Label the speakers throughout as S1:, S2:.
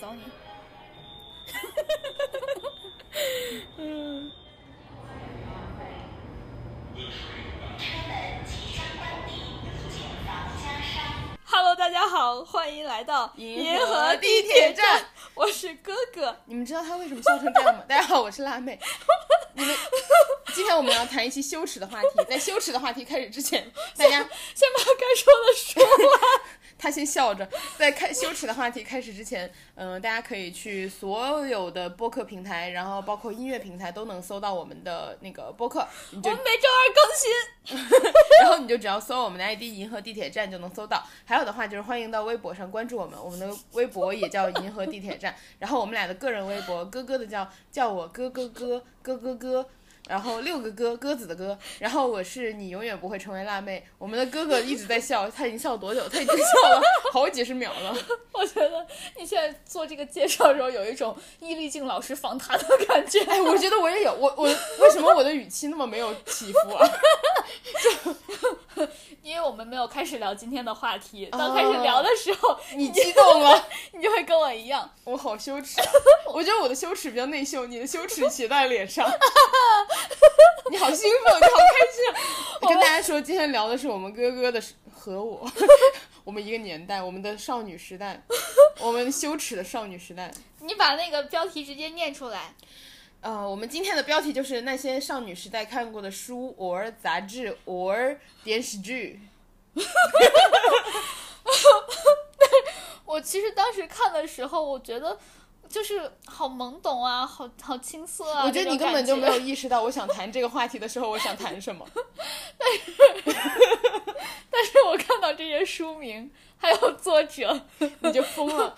S1: 教你。嗯。Hello，大家好，欢迎来到
S2: 银
S1: 银
S2: 河
S1: 河
S2: 地
S1: 铁
S2: 铁站，
S1: 我是哥哥。
S2: 你们知道他为什么笑成这样 吗？大家好，我是辣妹。你们今天我们要谈一期羞耻的话题，在羞耻的话题开始之前，大家
S1: 先把该说的说完。
S2: 他先笑着，在开羞耻的话题开始之前，嗯、大家可以去所有的播客平台，然后包括音乐平台都能搜到我们的那个播客，你
S1: 我
S2: 就
S1: 们每周二更新。
S2: 然后你就只要搜我们的 ID“ 银河地铁站”就能搜到。还有的话就是欢迎到微博上关注我们，我们的微博也叫“银河地铁站”。然后我们俩的个人微博，哥哥的叫叫我哥哥哥哥哥哥，然后六个哥鸽子的哥。然后我是你永远不会成为辣妹。我们的哥哥一直在笑，他已经笑多久？他已经笑了好几十秒了。
S1: 我觉得你现在做这个介绍的时候，有一种易立竞老师访谈的感觉。
S2: 哎，我觉得我也有，我我为什么我的语气那么没有起伏啊？
S1: 因为我们没有开始聊今天的话题，当开始聊的时候，
S2: 你激动了。
S1: 你就会跟我一样，
S2: 我好羞耻、啊，我觉得我的羞耻比较内秀，你的羞耻写在脸 上。你好兴奋，你好开心、 啊！跟大家说，今天聊的是我们哥哥的时和我， 我们一个年代，我们的少女时 代，我们羞耻的少女时代。
S1: 你把那个标题直接念出来。
S2: 呃，我们今天的标题就是那些少女时代看过的书、or 杂志、or 电视剧。
S1: 我其实当时看的时候，我觉得就是好懵懂啊，好好青涩啊。
S2: 我觉得你
S1: 那种
S2: 根本
S1: 感
S2: 就没有意识到，我想谈这个话题的时候，我想谈什么。
S1: 但是我看到这些书名还有作者，
S2: 你就疯了。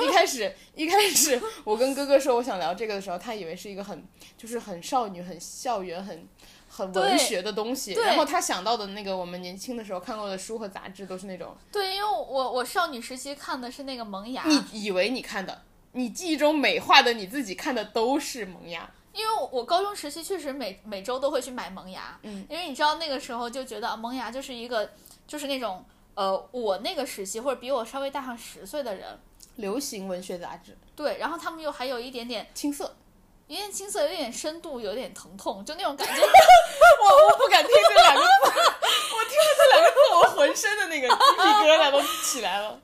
S2: 一开始一开始，我跟哥哥说我想聊这个的时候，他以为是一个很就是很少女、很校园、很很文
S1: 对
S2: 学的东西。
S1: 对
S2: 然后他想到的那个我们年轻的时候看过的书和杂志都是那种
S1: 对，因为我我少女时期看的是那个《萌芽》，
S2: 你以为你看的，你记忆中美化的你自己看的都是萌芽。
S1: 因为我高中时期确实每每周都会去买萌芽，
S2: 嗯，
S1: 因为你知道那个时候就觉得啊萌芽就是一个就是那种呃我那个时期或者比我稍微大上十岁的人，
S2: 流行文学杂志，
S1: 对，然后他们又还有一点点
S2: 青涩。
S1: 有点青涩，有点深度，有点疼痛，就那种感觉。
S2: 我我不敢听这两个字， 我听了这两个字，我浑身的那个鸡皮疙瘩都起来了。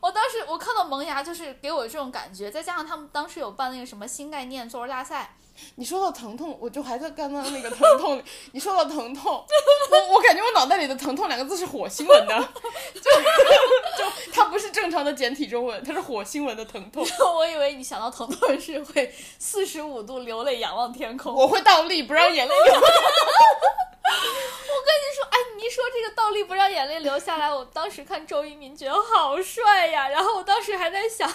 S1: 我当时我看到萌芽就是给我这种感觉，再加上他们当时有办那个什么新概念作文大赛，
S2: 你说到疼痛，我就还在刚刚那个疼痛里。 你说到疼痛，我我感觉我脑袋里的“疼痛”两个字是火星文的， 就就它不是正常的简体中文，它是火星文的疼痛。
S1: 我以为你想到疼痛是会四十五度流泪仰望天空。
S2: 我会倒立，不让眼泪 流。
S1: 说，哎，你一说这个倒立不让眼泪流下来，我当时看周渝民觉得好帅呀，然后我当时还在想，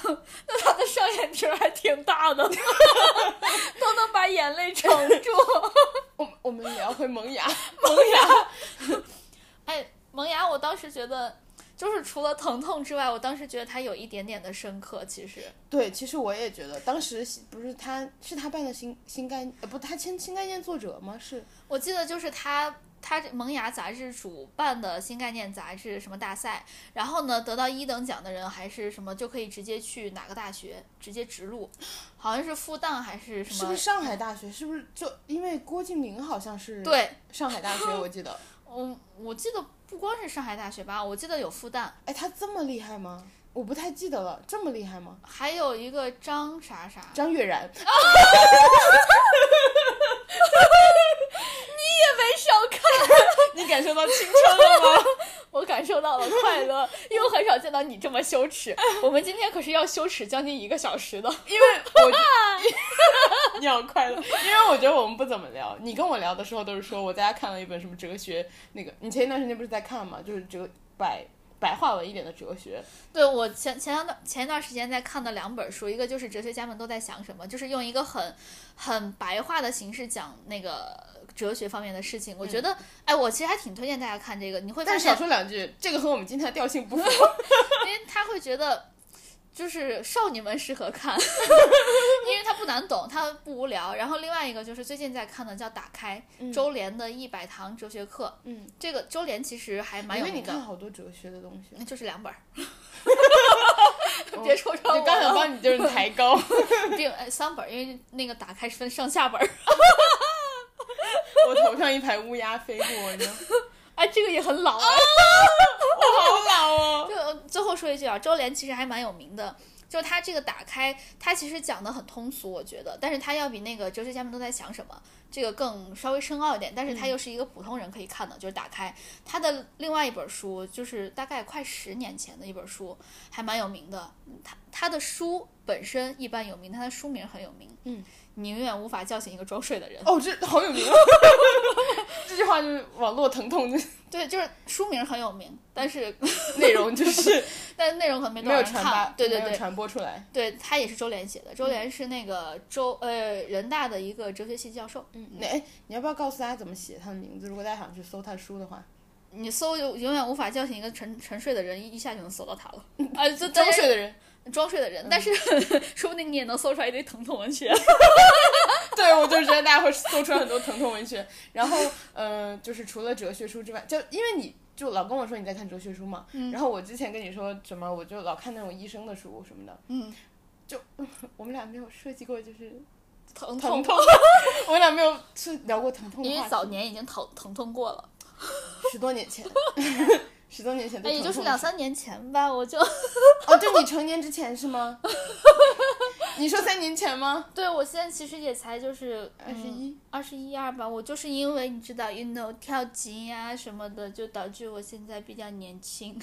S1: 那他的上眼皮儿还挺大的， 都能把眼泪撑住。
S2: 我我们聊回萌芽，
S1: 萌芽，哎，萌芽，我当时觉得。就是除了疼痛之外，我当时觉得他有一点点的深刻。其实，
S2: 对，其实我也觉得，当时不是他是他办的新新概呃不，他签新概念作者吗？是
S1: 我记得就是他他这萌芽杂志主办的新概念杂志什么大赛，然后呢得到一等奖的人还是什么就可以直接去哪个大学直接直录，好像是复旦还是什么？
S2: 是不是上海大学？是不是就因为郭敬明好像是
S1: 对，
S2: 上海大学，我 记得。
S1: 我我记得不光是上海大学吧，我记得有复旦，
S2: 哎，他这么厉害吗？我不太记得了，这么厉害吗？
S1: 还有一个张啥啥，
S2: 张悦然，
S1: 也没少看，
S2: 你感受到青春了吗？
S1: 我感受到了快乐，因为我很少见到你这么羞耻。我们今天可是要羞耻将近一个小时的。
S2: 因为我 你好快乐，因为我觉得我们不怎么聊。你跟我聊的时候都是说我在家看了一本什么哲学，那个你前一段时间不是在看嘛，就是哲白白话文一点的哲学。
S1: 对我前前两段前一段时间在看的两本书，一个就是《哲学家们都在想什么》，就是用一个很很白话的形式讲那个哲学方面的事情。我觉得，哎，我其实还挺推荐大家看这个，你会发
S2: 嗯但是少
S1: 现，
S2: 说两句，这个和我们今天的调性不符。
S1: 因为他会觉得。就是少女们适合看， 因为它不难懂，它不无聊。然后另外一个就是最近在看的叫《打开》，周濂的一百堂哲学课。
S2: 嗯，
S1: 这个周濂其实还蛮
S2: 因
S1: 有
S2: 为你
S1: 名
S2: 看
S1: 的，
S2: 好多哲学的东西，
S1: 就是两本儿，别戳穿我
S2: 就刚想
S1: 了。
S2: 帮你就是抬 高，
S1: 并哎三本儿，因为那个打开是分上下本儿。
S2: 我头上一排乌鸦飞过，你知道吗
S1: 哎，这个也很老啊。
S2: 我好老哦。
S1: 就最后说一句啊，周濂其实还蛮有名的。就是他这个打开，他其实讲的很通俗，我觉得，但是他要比那个《哲学家们都在想什么》这个更稍微深奥一点，但是他又是一个普通人可以看的，就是打开他的另外一本书，就是大概快十年前的一本书，还蛮有名的。他他的书本身一般有名，但他的书名很有名。
S2: 嗯，
S1: 你永远无法叫醒一个装睡的人。
S2: 哦，这好有名哦。 这句话就是网络疼痛，就是
S1: 对，就是书名很有名，但是
S2: 内容就是
S1: 但内容可能没多
S2: 没
S1: 少
S2: 有
S1: 人
S2: 传达
S1: 看。，对对
S2: 没有
S1: 对，
S2: 传播出来。
S1: 对他也是周濂写的，周濂是那个周呃人大的一个哲学系教授。
S2: 嗯，那哎，你要不要告诉大家怎么写他的名字？如果大家想去搜他的书的话，
S1: 你搜就永远无法叫醒一个沉沉睡的人，一一下就能搜到 他了。啊，就但
S2: 装
S1: 是
S2: 睡的人，
S1: 装睡的嗯人，但是 说不定你也能搜出来一堆疼痛文 学。
S2: 对我就是觉得大家会搜出来很多疼痛文学。然后，呃，就是除了哲学书之外，就因为你就老跟我说你在看哲学书嘛，
S1: 嗯
S2: 然后我之前跟你说什么，我就老看那种医生的书什么的，
S1: 嗯，
S2: 我们俩没有涉及过就是
S1: 疼
S2: 疼
S1: 痛，
S2: 痛，我们俩没有是聊过疼痛的
S1: 因
S2: 话
S1: 为
S2: 题，
S1: 早年已经疼疼痛过了，
S2: 十多年前， 十多年前
S1: 哎，
S2: 对
S1: 也
S2: 疼痛
S1: 就是两三年前吧，我 就
S2: 哦，对你成年之前 是吗？你说三年前吗？
S1: 对我现在其实也才就是嗯
S2: 二十一。
S1: 二十一二吧，我就是因为你知道，you know 跳级呀、什么的，就导致我现在比较年轻。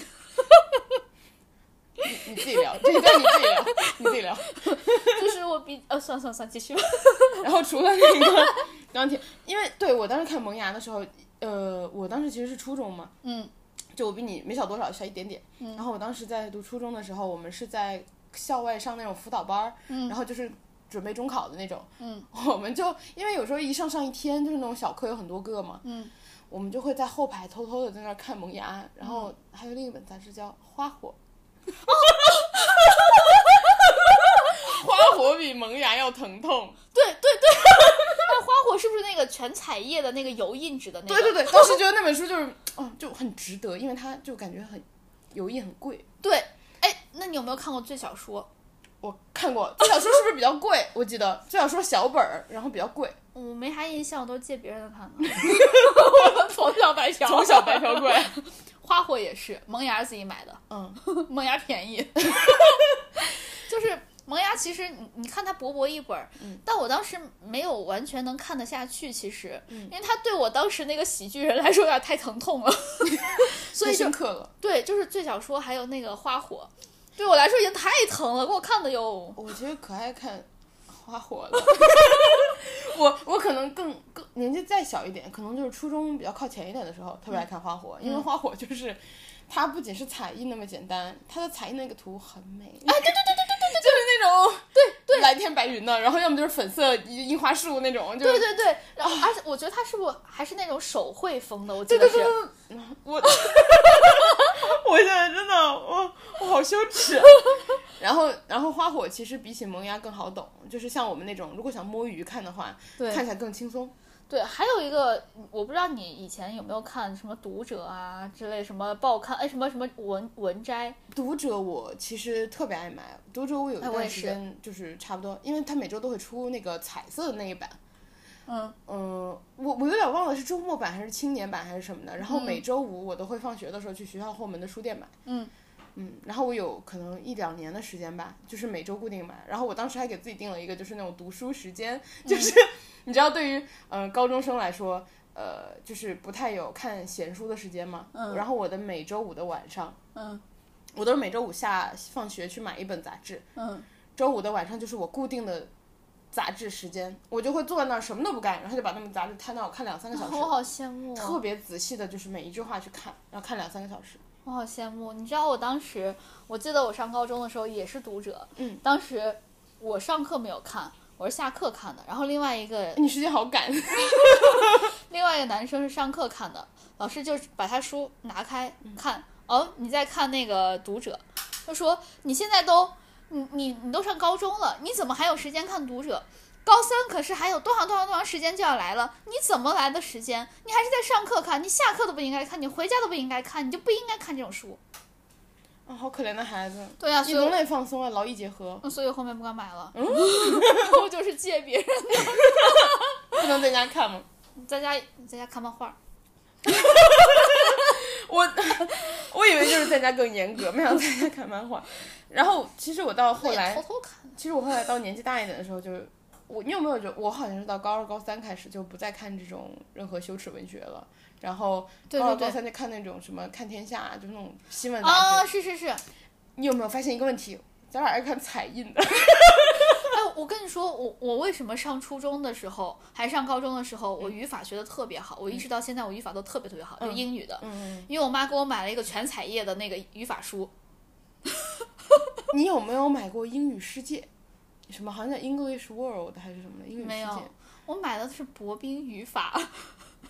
S2: 你自己聊，这一段你自己聊，你自己聊。
S1: 就是我比呃、算算算，继续吧。
S2: 然后除了 那个钢铁，因为对我当时看《萌芽》的时候，呃，我当时其实是初中嘛，
S1: 嗯，
S2: 就我比你没小多少，小一点点。然后我当时在读初中的时候，我们是在校外上那种辅导班儿，
S1: 嗯
S2: 然后就是。准备中考的那种，
S1: 嗯，
S2: 我们就因为有时候一上上一天，就是那种小课有很多个嘛，
S1: 嗯，
S2: 我们就会在后排偷偷的在那儿看《萌芽》，然
S1: 嗯
S2: 后还有另一本杂志叫《花火》，花火比《萌芽》要疼痛，
S1: 对对对， 那花火是不是那个全彩页的那个油印纸的那个？
S2: 对对对，当时觉得那本书就是，哦，就很值得，因为它就感觉很油印很贵。
S1: 对哎，那你有没有看过《最小说
S2: 我看过这小说是不是比较贵？我记得这小说小本儿，然后比较贵，》？
S1: 我没啥印象，我都借别人的 看的。我从小白嫖，
S2: 从 小白嫖贵。
S1: 花火也是，萌芽自己买的，
S2: 嗯，
S1: 萌芽便宜。就是萌芽，其实你你看它薄薄一本儿，但我当时没有完全能看得下去，其实，因为它对我当时那个喜剧人来说有点太疼痛 了，所
S2: 太
S1: 以就
S2: 深刻了。
S1: 对，就是最小说，还有那个花火，对我来说已经太疼了，给我看的哟。
S2: 我其实可爱看花火 了。我我可能更更年纪再小一点，可能就是初中比较靠前一点的时候，特别爱看花火，因为花火就是它不仅是彩印那么简单，它的彩印那个图很美。哎，对对对对对对， 就是那种对对蓝天白云的，然后要么就是粉色樱樱花树那种，就 是
S1: 对对哦对，然后而且我觉得他是不是还是那种手绘风的？我记
S2: 对
S1: 得
S2: 对
S1: 是
S2: 对，对， 我我现在真的我我好羞 耻。啊然后然后花火其实比起萌芽更好懂，就是像我们那种如果想摸鱼看的话，
S1: 对
S2: 看起来更轻松。
S1: 对，还有一个我不知道你以前有没有看什么《读者》啊之类什么报刊，哎什么什么文文摘，
S2: 读者我其实特别爱买，读者我有一
S1: 哎我也
S2: 段时间就是差不多，因为它每周都会出那个彩色的那一版。
S1: 嗯
S2: 嗯，我我有点忘了是周末版还是青年版还是什么的。然后每周五我都会放学的时候去学校后门的书店买。
S1: 嗯
S2: 嗯，然后我有可能一两年的时间吧，就是每周固定买。然后我当时还给自己定了一个，就是那种读书时间，
S1: 嗯
S2: 就是、 你知道，对于嗯、呃高中生来说，呃，就是不太有看闲书的时间嘛。嗯。然后我的每周五的晚上，
S1: 嗯
S2: 我都是每周五下放学去买一本杂志，
S1: 嗯，
S2: 周五的晚上就是我固定的杂志时间，我就会坐在那儿什么都不干，然后就把那本杂志摊到我看两三个小时，
S1: 我好羡慕啊，
S2: 特别仔细的，就是每一句话去看，然后看两三个小时。
S1: 我好羡慕。你知道我当时，我记得我上高中的时候也是《读者》，
S2: 嗯，
S1: 当时我上课没有看，我是下课看的，然后另外一个
S2: 呃你时间好赶，
S1: 另外一个男生是上课看的，老师就把他书拿开
S2: 嗯
S1: 看，哦，你在看那个读者，就说你现在都你你你都上高中了，你怎么还有时间看读者？高三可是还有多长多长多长时间就要来了，你怎么来的时间？你还是在上课看，你下课都不应该看，你回家都不应该看，你就不应该看这种书。
S2: 啊，好可怜的孩子，
S1: 对呀、
S2: 你嗯
S1: 所以
S2: 总
S1: 我
S2: 得放松啊，劳逸结合，
S1: 嗯所以我后面不敢买 了，我 就是借别人
S2: 不能在家看吗？
S1: 在家在家看漫画。
S2: 我我以为就是在家更严格，没想到在家看漫画。然后其实我到后
S1: 那也
S2: 来
S1: 偷，偷看，
S2: 其实我后来到年纪大一点的时候就，我你有没有觉得我好像是到高二高三开始就不再看这种任何羞耻文学了，然后
S1: 对
S2: 高
S1: 对
S2: 二高
S1: 对，
S2: 三就看那种什么看天下，就是那种新闻杂志。
S1: 啊，是是是，哎，
S2: 你有没有发现一个问题？咱俩爱看彩印的，
S1: 哎我跟你说，我我为什么上初中的时候，还上高中的时候，我语法学的特别好，我一直到现在我语法都特别特别好，就英语的，
S2: 嗯嗯，
S1: 因为我妈给我买了一个全彩页的那个语法书，
S2: 你有没有买过英语世界？什么好像叫 English World 还是什么的英语世
S1: 没有
S2: 界？
S1: 我买的是薄冰语法，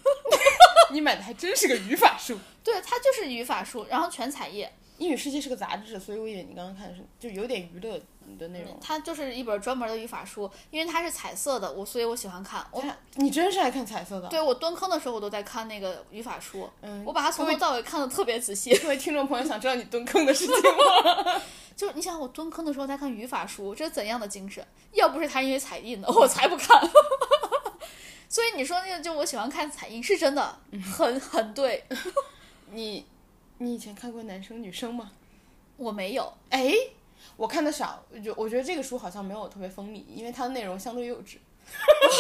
S2: 你买的还真是个语法书。
S1: 对，它就是语法书，然后全彩页，
S2: 英语世界是个杂志，所以我以为你刚刚看的是就有点娱乐的内容。
S1: 它就是一本专门的语法书，因为它是彩色的，我所以我喜欢看，我
S2: 看，你真是爱看彩色的。
S1: 对我蹲坑的时候我都在看那个语法书，
S2: 嗯，
S1: 我把它从头到尾看的特别仔细。
S2: 各位听众朋友想知道你蹲坑的事情吗？
S1: 就是你想，我蹲坑的时候在看语法书，这是怎样的精神？要不是他因为彩印的，我才不看。 所以你说那个，就我喜欢看彩印，是真的，很很对。
S2: 你你以前看过男生女生吗？
S1: 我没有，
S2: 哎，我看的少，我觉我觉得这个书好像没有特别风靡，因为它的内容相对幼稚。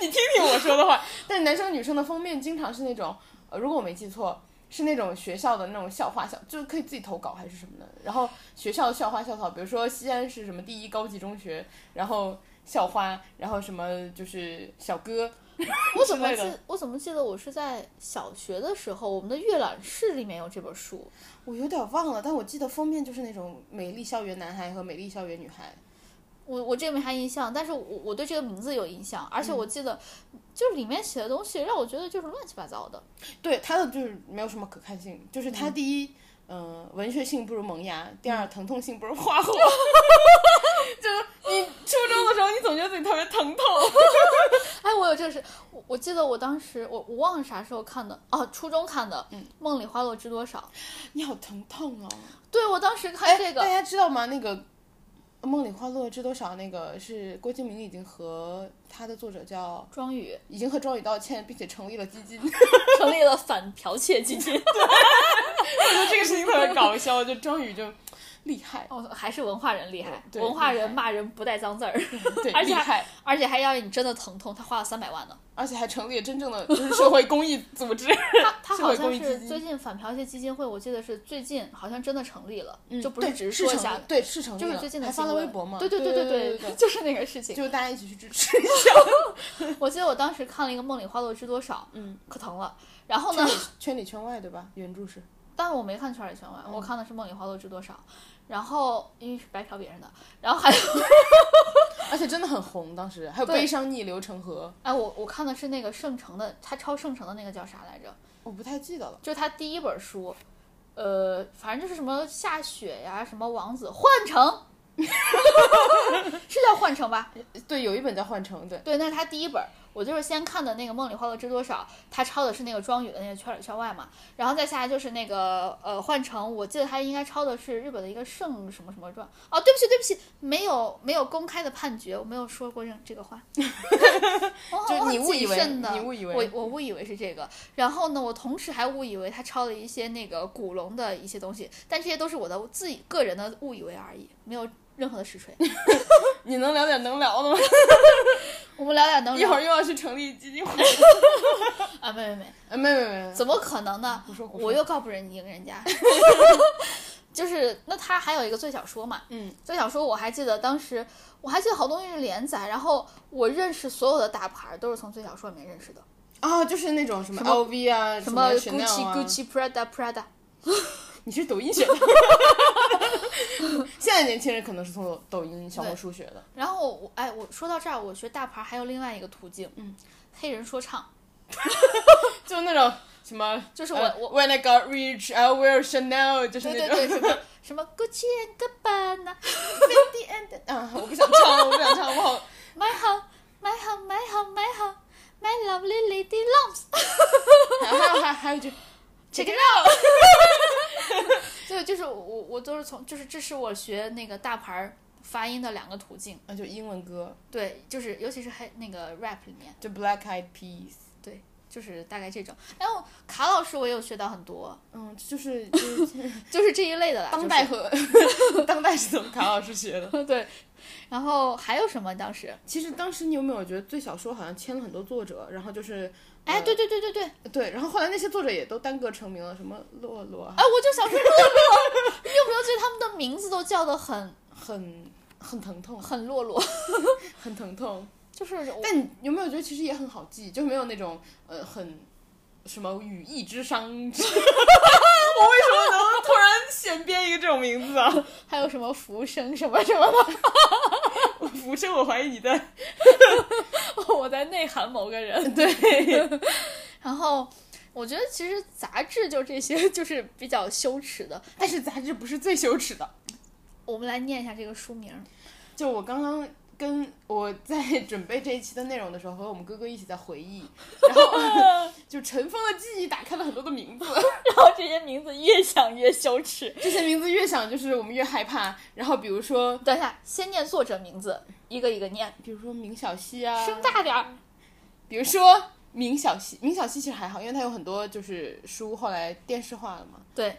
S2: 你听听我说的话，但是男生女生的封面经常是那种，呃，如果我没记错，是那种学校的那种校花校，就是可以自己投稿还是什么的。然后学校校花校草，比如说西安是什么第一高级中学，然后校花，然后什么就是小哥，
S1: 我怎么
S2: 之类的
S1: 记我怎么记得我是在小学的时候，我们的阅览室里面有这本书。
S2: 我有点忘了，但我记得封面就是那种美丽校园男孩和美丽校园女孩。
S1: 我我这个没啥印象，但是我我对这个名字有印象，而且我记得，就里面写的东西让我觉得就是乱七八糟的。
S2: 对它的就是没有什么可看性，就是它第一，嗯、文学性不如萌芽；第二，疼痛性不如花 火。就是你初中的时候，你总觉得自己特别疼痛。
S1: 哎，我有这个是，我我记得我当时我我忘了啥时候看的，哦、初中看的，梦里花落知多少》。
S2: 你好疼痛哦！
S1: 对，我当时看这
S2: 哎大
S1: 个，
S2: 家知道吗？那个《梦里花落知多少》，那个是郭敬明已经和他的作者叫
S1: 庄 宇
S2: 已经和庄宇道歉，并且成立了基 金。
S1: 成立了反剽窃基金，
S2: 这个事情特别搞笑，就庄宇就厉 害，
S1: 哦，还是文化人厉害，
S2: 对
S1: 文化
S2: 厉害
S1: 人骂人不带脏字儿，
S2: 对，
S1: 而且
S2: 厉
S1: 还
S2: 害，
S1: 而且还要你真的疼痛，他花了三百 万呢。
S2: 而且还成立了真正的 就是社会公益组织。
S1: 他他
S2: 社
S1: 好
S2: 会公
S1: 像
S2: 益基
S1: 是
S2: 金
S1: 最近反剽窃基金会，我记得是最近好像真的成立了，
S2: 嗯
S1: 就不是
S2: 对
S1: 只
S2: 是
S1: 说一
S2: 成
S1: 下
S2: 立，对，是成立
S1: 就
S2: 了，
S1: 是最近的
S2: 还发了
S1: 新
S2: 微
S1: 闻
S2: 博嘛，
S1: 对
S2: 对
S1: 对
S2: 对
S1: 对
S2: 对，
S1: 就是那个事情。
S2: 就大家一起去支 持一下。
S1: 我记得我当时看了一个《梦里花落知多少》，
S2: 嗯，
S1: 可疼 了。然后呢
S2: 圈，里圈里圈外对吧？原著是，
S1: 但是我没看《圈里圈外》，
S2: 嗯
S1: 我看的是《梦里花落知多少》，然后因为是白嫖别人的，然后还有，
S2: 而且真的很红，当时还有
S1: 对
S2: 悲伤逆流成河，
S1: 哎，我我看的是那个圣城的，他抄圣城的那个叫啥来着？
S2: 我不太记得了。
S1: 就是他第一本书，呃，反正就是什么下雪呀，什么王子幻城， 是叫幻城吧？
S2: 对，有一本叫《幻城》，对，
S1: 对，那是他第一本儿。我就是先看的那个《梦里花落知多少》，他抄的是那个庄宇的那个《圈里圈外》嘛，然后再下来就是那个呃《幻城》，我记得他应该抄的是日本的一个圣什么什么传。哦，对不起，对不起，没有没有公开的判决，我没有说过这这个 话。我很
S2: 就
S1: 我
S2: 你
S1: 很
S2: 误以
S1: 谨
S2: 为
S1: 慎的，
S2: 你误以为
S1: 我我误以为是这个，然后呢，我同时还误以为他抄了一些那个古龙的一些东西，但这些都是我的自己个人的误以为而已，没有任何的实锤。
S2: 你能聊点能聊 的吗？
S1: 我们聊点能
S2: 一
S1: 聊
S2: 会儿又要去成立基金会，
S1: 啊，没没没。
S2: 啊，没没没，
S1: 怎么可能呢？
S2: 胡说胡说
S1: 我又告不人赢人 家。就是那他还有一个最小说嘛，
S2: 嗯，
S1: 最小说我还记得当时我还记得好多东西是连载，然后我认识所有的大牌都是从最小说里面认识的，
S2: 啊，就是那种什
S1: 什
S2: 么
S1: 么
S2: LV 啊，什
S1: 什么
S2: Chanel 啊
S1: Gucci、Gucci、Prada、Prada，
S2: 你是抖音 学的。现在年轻人可能是从抖抖音、小红书学的，
S1: 然后我哎，我说到这儿，我学大牌还有另外一个途径，嗯，黑人说 唱，
S2: 就那种什么，
S1: 就是我
S2: 呃
S1: 我
S2: When I got rich, I wear Chanel，就是
S1: 对
S2: 那
S1: 对对，什
S2: 种。
S1: 么什么 Gucci and Gabbana，My
S2: 啊，我不想唱，我不想唱，我好
S1: home, my home, my home, my home, my lovely lady lumps，check
S2: 还有还有还有还有一句
S1: it out， 对，就是我我都是从就是这是我学那个大牌儿发音的两个途径。
S2: 啊那就英文歌，
S1: 对，就是尤其是黑那个 rap 里面，
S2: 就 Black Eyed Peas。
S1: 就是大概这种。哎，我卡老师我也有学到很多，
S2: 嗯， 就是就是
S1: 就是这一类的啦。
S2: 当代和当代是 从卡老师学的。
S1: 就是 对，然后还有什么当时？
S2: 其实当时你有没有觉得最小说好像签了很多作者，然后就是
S1: 哎，对对对对对，哎，
S2: 对，然后后来那些作者也都单个成名了，什么洛洛啊，
S1: 我就想说洛洛，你有没有觉得他们的名字都叫的很
S2: 很很疼痛，
S1: 很洛洛？
S2: 很疼痛。
S1: 就是我
S2: 但你有没有觉得其实也很好记，就没有那种呃很什么语义之伤之。 我为什么能突然选编一个这种名字啊？
S1: 还有什么浮生什么什么的，
S2: 浮生，我怀疑你在
S1: 我在内涵某个人。
S2: 对，
S1: 然后我觉得其实杂志就这些，就是比较羞耻的。
S2: 但是杂志不是最羞耻的。
S1: 我们来念一下这个书名儿，
S2: 就我刚刚跟我在准备这一期的内容的时候，和我们哥哥一起在回忆，然后就尘封的记忆打开了很多的名字，
S1: 然后这些名字越想越羞耻。
S2: 这些名字越想就是我们越害怕。然后比如说，
S1: 等一下，先念作者名字，一个一个念，
S2: 比如说明晓溪啊，
S1: 声大点儿。
S2: 比如说明晓溪，明晓溪其实还好，因为它有很多就是书后来电视化了嘛。
S1: 对，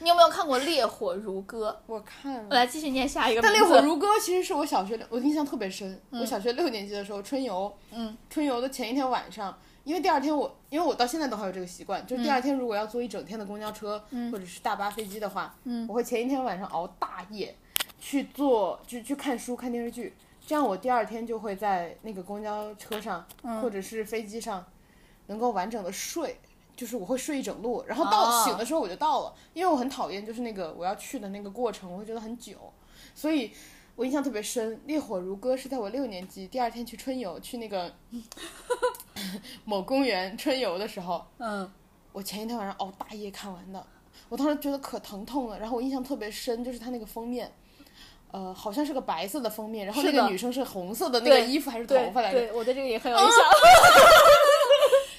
S1: 你有没有看过《烈火如歌
S2: 我看》？
S1: 我
S2: 了。
S1: 来继续念下一个名
S2: 但《
S1: 字。
S2: 烈火如歌》其实是我小学六，我印象特别深。我小学六年级的时候，春游，
S1: 嗯，
S2: 春游的前一天晚上，因为第二天我，因为我到现在都还有这个习惯，就是第二天如果要坐一整天的公交车、或者是大巴、飞机的话，
S1: 嗯
S2: 我会前一天晚上熬大夜去做，就去看书、看电视剧，这样我第二天就会在那个公交车上、或者是飞机上能够完整的睡。就是我会睡一整路，然后到、
S1: 哦
S2: 醒的时候我就到了，因为我很讨厌就是那个我要去的那个过程，我会觉得很久，所以我印象特别深，《烈火如歌》是在我六年级第二天去春游，去那个 某公园春游的时候，
S1: 嗯，
S2: 我前一天晚上熬大夜看完的。我当时觉得可疼痛了，然后我印象特别深，就是它那个封面，呃，好像是个白色的封面，然后那
S1: 是
S2: 个
S1: 的
S2: 女生是红色的那个
S1: 对
S2: 衣服还是头
S1: 对
S2: 发来着？
S1: 对，我对这个也很有印 象，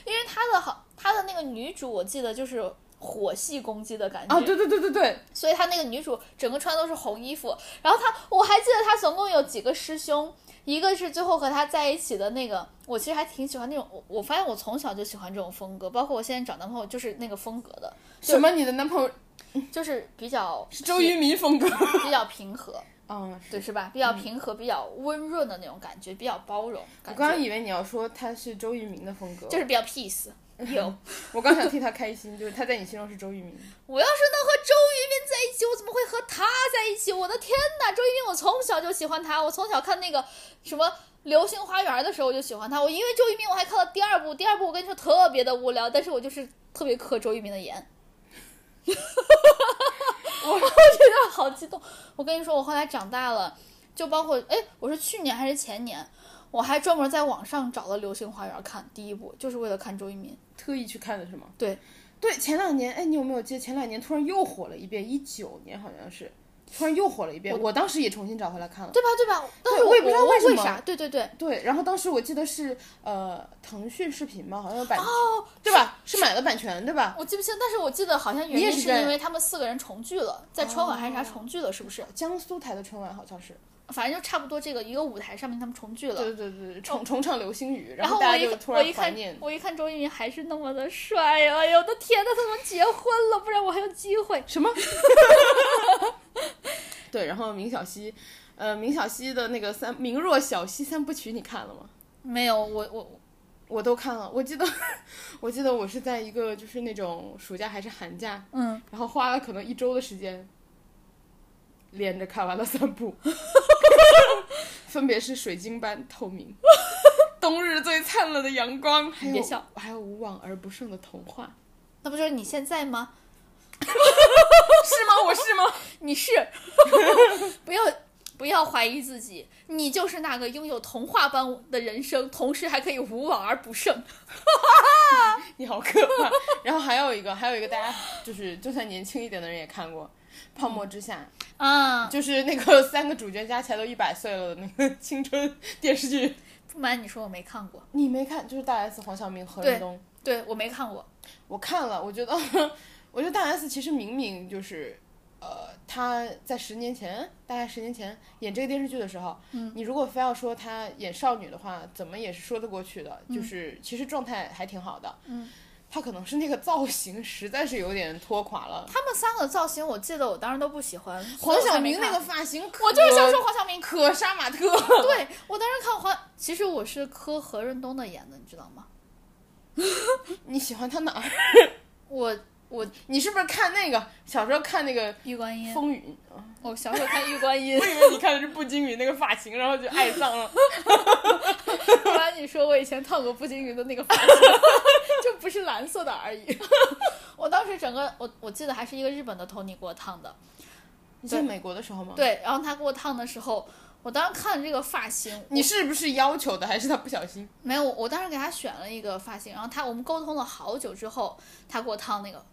S1: 因为他的好，他的那个女主我记得就是火系攻击的感觉，
S2: 啊，对对对对对，
S1: 所以她那个女主整个穿都是红衣服，然后她我还记得她总共有几个师兄，一个是最后和她在一起的那个，我其实还挺喜欢那种，我我发现我从小就喜欢这种风格，包括我现在找男朋友就是那个风格的，
S2: 什么？你的男朋友
S1: 就是比较
S2: 是周渝民 风格？
S1: 比较平和，
S2: 嗯，
S1: 对是吧？比较平和，比较温润的那种感觉，比较包容，
S2: 我
S1: 感
S2: 刚刚
S1: 觉
S2: 以为你要说他是周渝民的风格，
S1: 就是比较 peace。有，
S2: 我刚想替他开心，就是他在你心中是周渝民。
S1: 我要是能和周渝民在一起，我怎么会和他在一起？我的天呐，周渝民，我从小就喜欢他，我从小看那个什么《流星花园》的时候我就喜欢他。我因为周渝民，我还看了第二部，第二部我跟你说特别的无聊，但是我就是特别磕周渝民的颜。 我我觉得好激动。我跟你说，我后来长大了，就包括哎，我是去年还是前年，我还专门在网上找了《流星花园》看第一部，就是为了看周渝民。
S2: 特意去看的是吗？
S1: 对，
S2: 对，前两年，哎，你有没有记得前两年突然又火了一遍？一九年好像是，突然又火了一遍。我当时也重新找回来看了。
S1: 对吧？对吧？但是
S2: 对我也不知道
S1: 我
S2: 为什么
S1: 啥。对对对，
S2: 对，然后当时我记得是呃腾讯视频嘛，好像有版权，
S1: 哦
S2: 对吧？是买了版权对吧？
S1: 我记不清，但是我记得好像原
S2: 你也
S1: 因
S2: 是
S1: 是
S2: 在哦
S1: 因为他们四个人重聚了，在春晚还是啥重聚了，是不是？
S2: 江苏台的春晚好像是。
S1: 反正就差不多这个一个舞台上面他们重聚了。
S2: 对对对对，重重唱流星雨，
S1: 然
S2: 后
S1: 我
S2: 大家
S1: 一
S2: 就
S1: 看
S2: 突
S1: 我
S2: 然
S1: 一
S2: 怀
S1: 看
S2: 念。
S1: 我一看周渝民还是那么的帅呀、哎呦我的天呐，他们结婚了，不然我还有机会。
S2: 什么？ 对，然后明晓溪，呃，明晓溪的那个三明若晓溪三部曲你看了吗？
S1: 没有，我我
S2: 我都看了，我记得，我记得我是在一个就是那种暑假还是寒假，
S1: 嗯，
S2: 然后花了可能一周的时间，连着看完了三 部，分别是《水晶般透明》 《冬日最灿烂的阳光》，还有
S1: 别笑
S2: 还有无往而不胜的童话，
S1: 那不就是你现在吗？
S2: 是吗？我是吗？
S1: 你是， 不要不要怀疑自己，你就是那个拥有童话般的人生，同时还可以无往而不胜。
S2: 你好可怕。然后还有一个，还有一个大家就是就算年轻一点的人也看过。泡沫之夏，
S1: 啊，
S2: 就是那个三个主角加起来都一百岁了的那个青春电视剧，
S1: 不瞒你说，我没看过，
S2: 你没看？就是大 S、黄晓明、何润东，
S1: 对我没看过。
S2: 我看了，我觉得，我觉得大 S 其实明明就是呃，他在十年前，大概十年前演这个电视剧的时候，
S1: 嗯
S2: 你如果非要说他演少女的话，怎么也是说得过去的，就是其实状态还挺好的，
S1: 嗯，
S2: 他可能是那个造型实在是有点拖垮了，
S1: 他们三个造型，我记得我当时都不喜欢。
S2: 黄晓明
S1: 明
S2: 那个，发型可，
S1: 我就是想说黄晓明。
S2: 可杀马特，
S1: 对我当时看黄，其实我是磕何润东的演的，你知道吗？
S2: 你喜欢他哪儿？
S1: 我我
S2: 你是不是看那个小时候看那个
S1: 玉观音，
S2: 风雨？
S1: 我小时候看玉观音
S2: 我，以为你看的是步惊云那个发型，然后就爱 上了。
S1: 不然你说我以前烫过步惊云的那个发型， 就不是蓝色的而已。 我当时整个我我记得还是一个日本的 Tony 给我烫的，
S2: 你在美国的时候吗？，
S1: 对，然后他给我烫的时候，我当时看这个发型，
S2: 你是不是要求的，还是他不小心？
S1: 没有，我当时给他选了一个发型，然后他我们沟通了好久之后，他给我烫那个，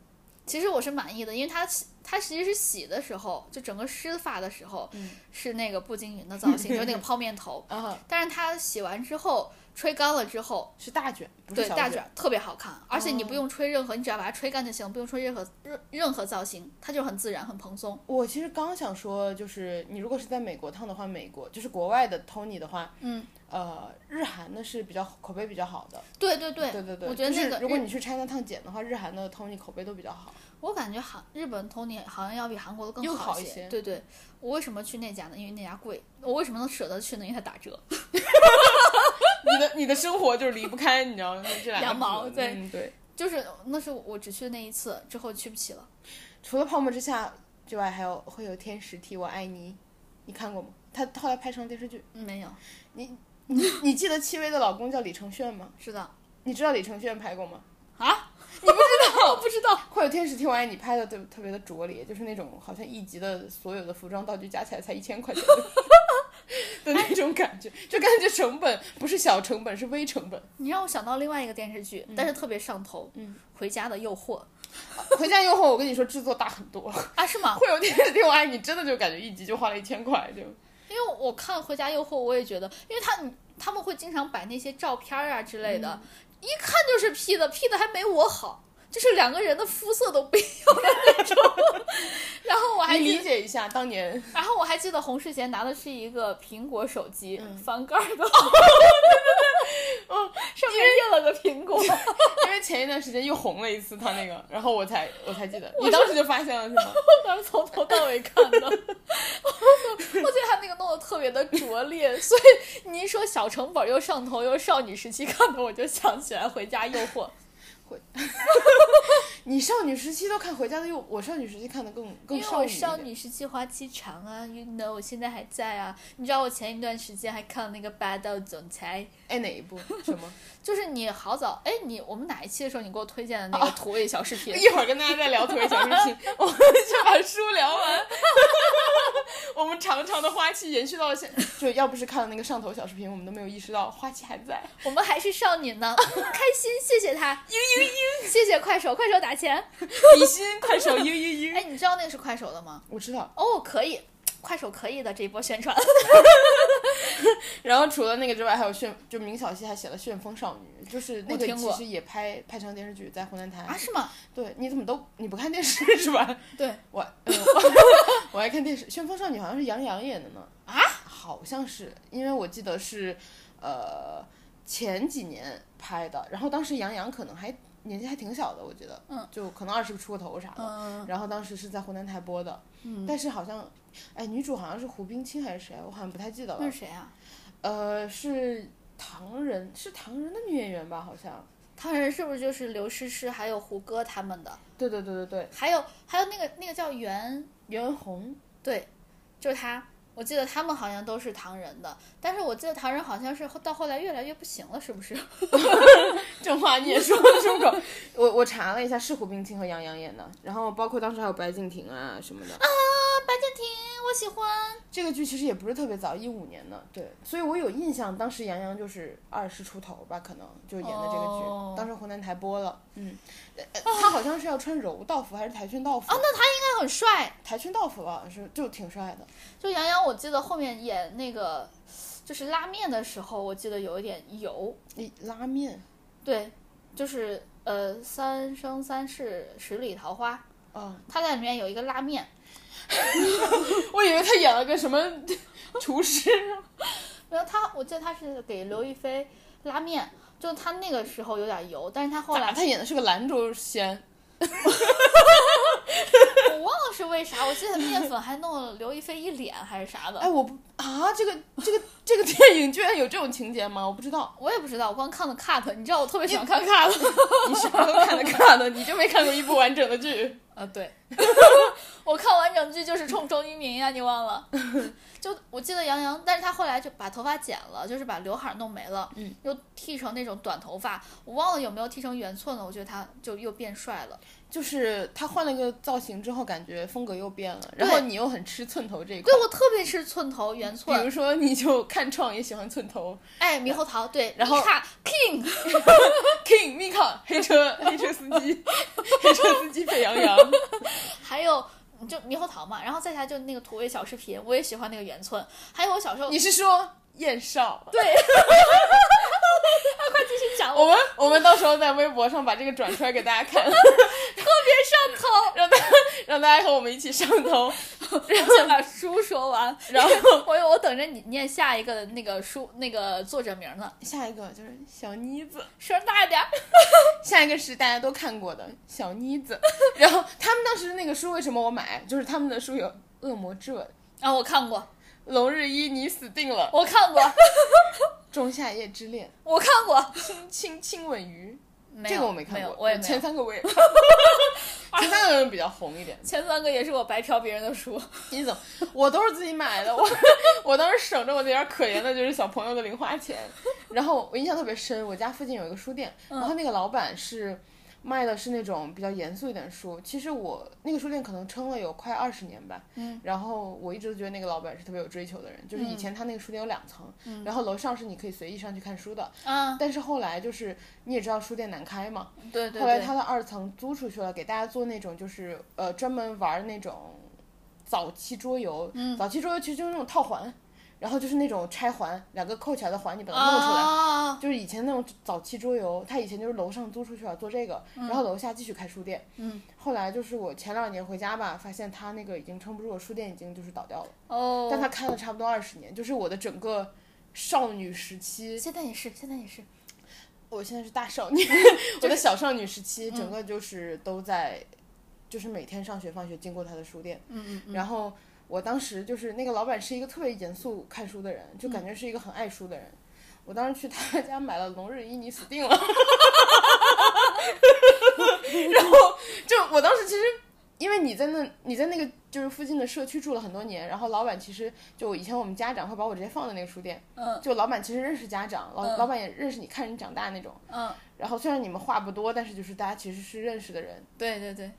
S1: 其实我是满意的，因为他他其实是洗的时候，就整个湿发的时候、
S2: 嗯
S1: 是那个步惊云的造 型，就是那个泡面头，
S2: 啊，
S1: 但是他洗完之后吹干了之后，
S2: 是大卷，哦不是
S1: 对
S2: 小
S1: 大。卷特别好看，而且你不用吹任何，你只要把它吹干就行，不用吹任何任任何造型，它就很自然很蓬松。
S2: 我其实刚想说，就是你如果是在美国烫的话，美国就是国外的 Tony 的话，
S1: 嗯，
S2: 呃，日韩的是比较口碑比较好的。
S1: 对对对
S2: 对对对，
S1: 我觉得那
S2: 就
S1: 个
S2: 是如果
S1: 日
S2: 你去 China 烫剪的话，日韩的 Tony 口碑都比较 好。
S1: 我感觉韩日本 Tony 好像要比韩国的更
S2: 又好
S1: 一
S2: 一些
S1: 对对，我为什么去那家呢？因为那家贵。我为什么能舍得去呢？因为它打折。
S2: 你的你的生活就是离不开，你知道吗？这两个
S1: 羊毛
S2: 字
S1: 对
S2: 嗯对。
S1: 就是那是我只去那一次，之后去不起了。
S2: 除了泡沫之夏之外，还有会有天使替我爱你，你看过吗？他后来拍成电视剧。
S1: 嗯没有，
S2: 你记得戚薇的老公叫李承铉吗？
S1: 知道
S2: 你知道李承铉拍过吗？
S1: 啊？ 你不知道？我不知道。
S2: 会有天使替我爱你拍的特特别的拙劣，就是那种好像一集的所有的服装道具加起来才一千块钱的 的那种感觉，就感觉成本不是小成本，是微成本。
S1: 你让我想到另外一个电视剧，但是特别上头，
S2: 嗯
S1: 回家的诱惑》
S2: 回家用后，我跟你说制作大很多，
S1: 啊，是吗？
S2: 会有天使替我爱你，真的就感觉一集就花了一千块，就
S1: 因为我看《回家诱惑》，我也觉得，因为他他们会经常摆那些照片啊之类的，一看就是 P 的，P 的还没我好，就是两个人的肤色都不一样的那种。然后我还
S2: 你
S1: 记
S2: 理
S1: 得，
S2: 解一下当年
S1: 然后我还记得洪世贤拿的是一个苹果手机，翻盖儿的，上面印了个苹果。
S2: 因为前一段时间又红了一次他那个，然后我才我才记得，
S1: 我
S2: 你
S1: 是
S2: 当时就发现了是吗？
S1: 我当时从头到尾看 的，我我觉得他那个弄得特别的拙劣，所以你一说小成本又上头又少女时期看的，我就想起来《回家诱惑》。
S2: 你少女时期都看《回家的诱》，我少女时期看的更 更
S1: 因为我
S2: 女一
S1: 少
S2: 点
S1: 女时期花期长啊，you know，我现在还在啊。你知道我前一段时间还看那个《霸道总裁
S2: 哎，哪一部？什 么？》，
S1: 就是你好早哎，你我们哪一期的时候你给我推荐的那个土味小视频？
S2: 一会儿跟大家再聊《土味小事情》，我们就把书聊完。我们长长的花期延续到了现，就要不是看了那个上头小视频，我们都没有意识到花期还在。
S1: 我们还是少女呢，开心，谢谢他， 嘤嘤嘤，谢谢快手，快手打 钱。
S2: 比心，快手，嘤 嘤
S1: 哎，
S2: 嘤！
S1: 你知道那个是快手的吗？
S2: 我知道。
S1: 哦，可以，快手可以的这一波宣传。
S2: 然后除了那个之外，还有旋，就明晓溪还写了《旋风少女》，就是那个
S1: 我听
S2: 其
S1: 过
S2: 实也拍拍成电视剧，在湖南台。
S1: 啊，是吗？
S2: 对，你怎么都你不看电视是吧？
S1: 对，
S2: 我、呃我爱看电视，《旋风少女》好像是杨洋演的呢。
S1: 啊？
S2: 好像是，因为我记得是，呃，前几年拍的，然后当时杨洋可能还年纪还挺小的，我觉得，
S1: 嗯，
S2: 就可能二十出个头啥的。
S1: 嗯，
S2: 然后当时是在湖南台播的，
S1: 嗯
S2: 但是好像，哎，女主好像是胡冰卿还是谁，我好像不太记得
S1: 那
S2: 了。
S1: 是谁啊？
S2: 呃，是唐人，是唐人的女演员吧？好像。
S1: 唐人是不是就是刘诗诗还有胡歌他们的？
S2: 对对对对对，
S1: 还有还有那个那个叫袁，
S2: 袁弘，
S1: 对，就是他。我记得他们好像都是唐人的，但是我记得唐人好像是后到后来越来越不行了，是不是？ 啊
S2: 这话你也说得出口。 我我查了一下，是胡冰卿和杨洋演的，然后包括当时还有白敬亭啊什么的。
S1: 白敬亭，我喜欢。
S2: 这个剧其实也不是特别早，一五年的，对，所以我有印象，当时杨洋就是二十出头吧，可能就演的这个剧，
S1: 哦
S2: 当时湖南台播了，嗯，呃他好像是要穿柔道服还是跆拳道服？啊，那
S1: 他很帅，
S2: 跆拳道服吧，好像是就挺帅的。
S1: 就杨洋，我记得后面演那个就是拉面的时候，我记得有一点油，
S2: 诶拉面
S1: 对，就是呃三生三世十里桃花，
S2: 哦，
S1: 他在里面有一个拉面，
S2: 我以为他演了个什么厨师，
S1: 然后他我记得他是给刘亦菲拉面，就他那个时候有点油，但是他后
S2: 咋
S1: 来
S2: 他演的是个兰州仙？
S1: 我忘了是为啥，我记得面粉还弄了刘亦菲一脸还是啥
S2: 哎，
S1: 的，
S2: 我不啊，这个这个这个电影居然有这种情节吗？我不知道，
S1: 我也不知道，我光看的 cut，你知道我特别喜欢 看 cut，
S2: 你什么都看的看的，你就没看过一部完整的剧？
S1: 啊对，我看完整剧就是冲周渝民呀，你忘了？就我记得杨洋但是他后来就把头发剪了，就是把刘海儿弄没了，
S2: 嗯，
S1: 又剃成那种短头发，我忘了有没有剃成圆寸了，我觉得他就又变帅了。
S2: 嗯就是他换了一个造型之后，感觉风格又变了，然后
S1: 对
S2: 你又很吃寸头这一块
S1: 对。我特别吃寸头圆寸
S2: 比，如说，你就看创也喜欢寸头
S1: 哎，猕猴桃对，
S2: 然后
S1: 你看 King，
S2: ，King Mika 黑车黑车司机，黑车司机沸羊羊，
S1: 还有就猕猴桃嘛，然后再下就那个土味小视频，我也喜欢那个圆寸，还有我小时候
S2: 你是 说燕少？
S1: 对， 啊快继续讲，
S2: 我
S1: 我
S2: 们我们到时候在微博上把这个转出来给大家
S1: 别
S2: 看，
S1: 上头，
S2: 让大家让大家和我们一起上头，
S1: 我先把书说 完，
S2: 然后。
S1: 我有我等着你念下一个那个书那个作者名呢，
S2: 下一个就是小妮子，
S1: 声儿大一点儿，
S2: 下一个是大家都看过的小妮子。 然后他们当时那个书为什么我买？就是他们的书有《恶魔之吻》《
S1: 啊，我看过，
S2: 龙日一你死定了
S1: 我看过，》
S2: 《仲夏夜之恋
S1: 我看过，》
S2: 亲亲亲吻鱼，
S1: 没有
S2: 这个我没看
S1: 有
S2: 过，
S1: 我也没
S2: 前
S1: 有。
S2: 三个我也看过，前三个人比较红一点。
S1: 前三个也是我白嫖别人的书，
S2: 你怎么？我都是自己买 的，我我当时省着我那点儿可怜的就是小朋友的零花 钱。然后我印象特别深，我家附近有一个书店，然
S1: 嗯
S2: 后那个老板是卖的是那种比较严肃一点的书。其实我那个书店可能撑了有快二十年吧。
S1: 嗯。
S2: 然后我一直都觉得那个老板是特别有追求的人，就是以前他那个书店有两层，
S1: 嗯
S2: 然后楼上是你可以随意上去看书的。
S1: 啊，
S2: 但是后来就是你也知道书店难开嘛，
S1: 对对
S2: 后来
S1: 对，
S2: 他的二层租出去了，给大家做那种就是呃专门玩那种早期桌游，
S1: 嗯
S2: 早期桌游其实就是那种套环，然后就是那种拆环，两个扣起来的环你把它弄出来。
S1: 啊，
S2: 就是以前那种早期桌游，他以前就是楼上租出去了做这个，然后楼下继续开书店。
S1: 嗯，
S2: 后来就是我前两年回家吧，发现他那个已经撑不住了，书店已经就是倒掉了。
S1: 哦，
S2: 但他开了差不多二十年，就是我的整个少女时期，
S1: 现在也是，现在也是，
S2: 我现在是 大少女，我的小少女时期，
S1: 嗯
S2: 整个就是都在，就是每天上学放学经过他的书店，
S1: 嗯嗯
S2: 然后我当时就是那个老板是一个特别严肃看书的人，就感
S1: 嗯
S2: 觉是一个很爱书的人。我当时去他家买了《龙日一》，你死定了。 然后就我当时其实，因为你在那你在那个就是附近的社区住了很多年，然后老板其实就以前我们家长会把我直接放在那个书店，
S1: 嗯
S2: 就老板其实认识家长，老、
S1: 嗯
S2: 老板也认识你，看人长大那种。
S1: 嗯，
S2: 然后虽然你们话不多，但是就是大家其实是认识的人。
S1: 对对对，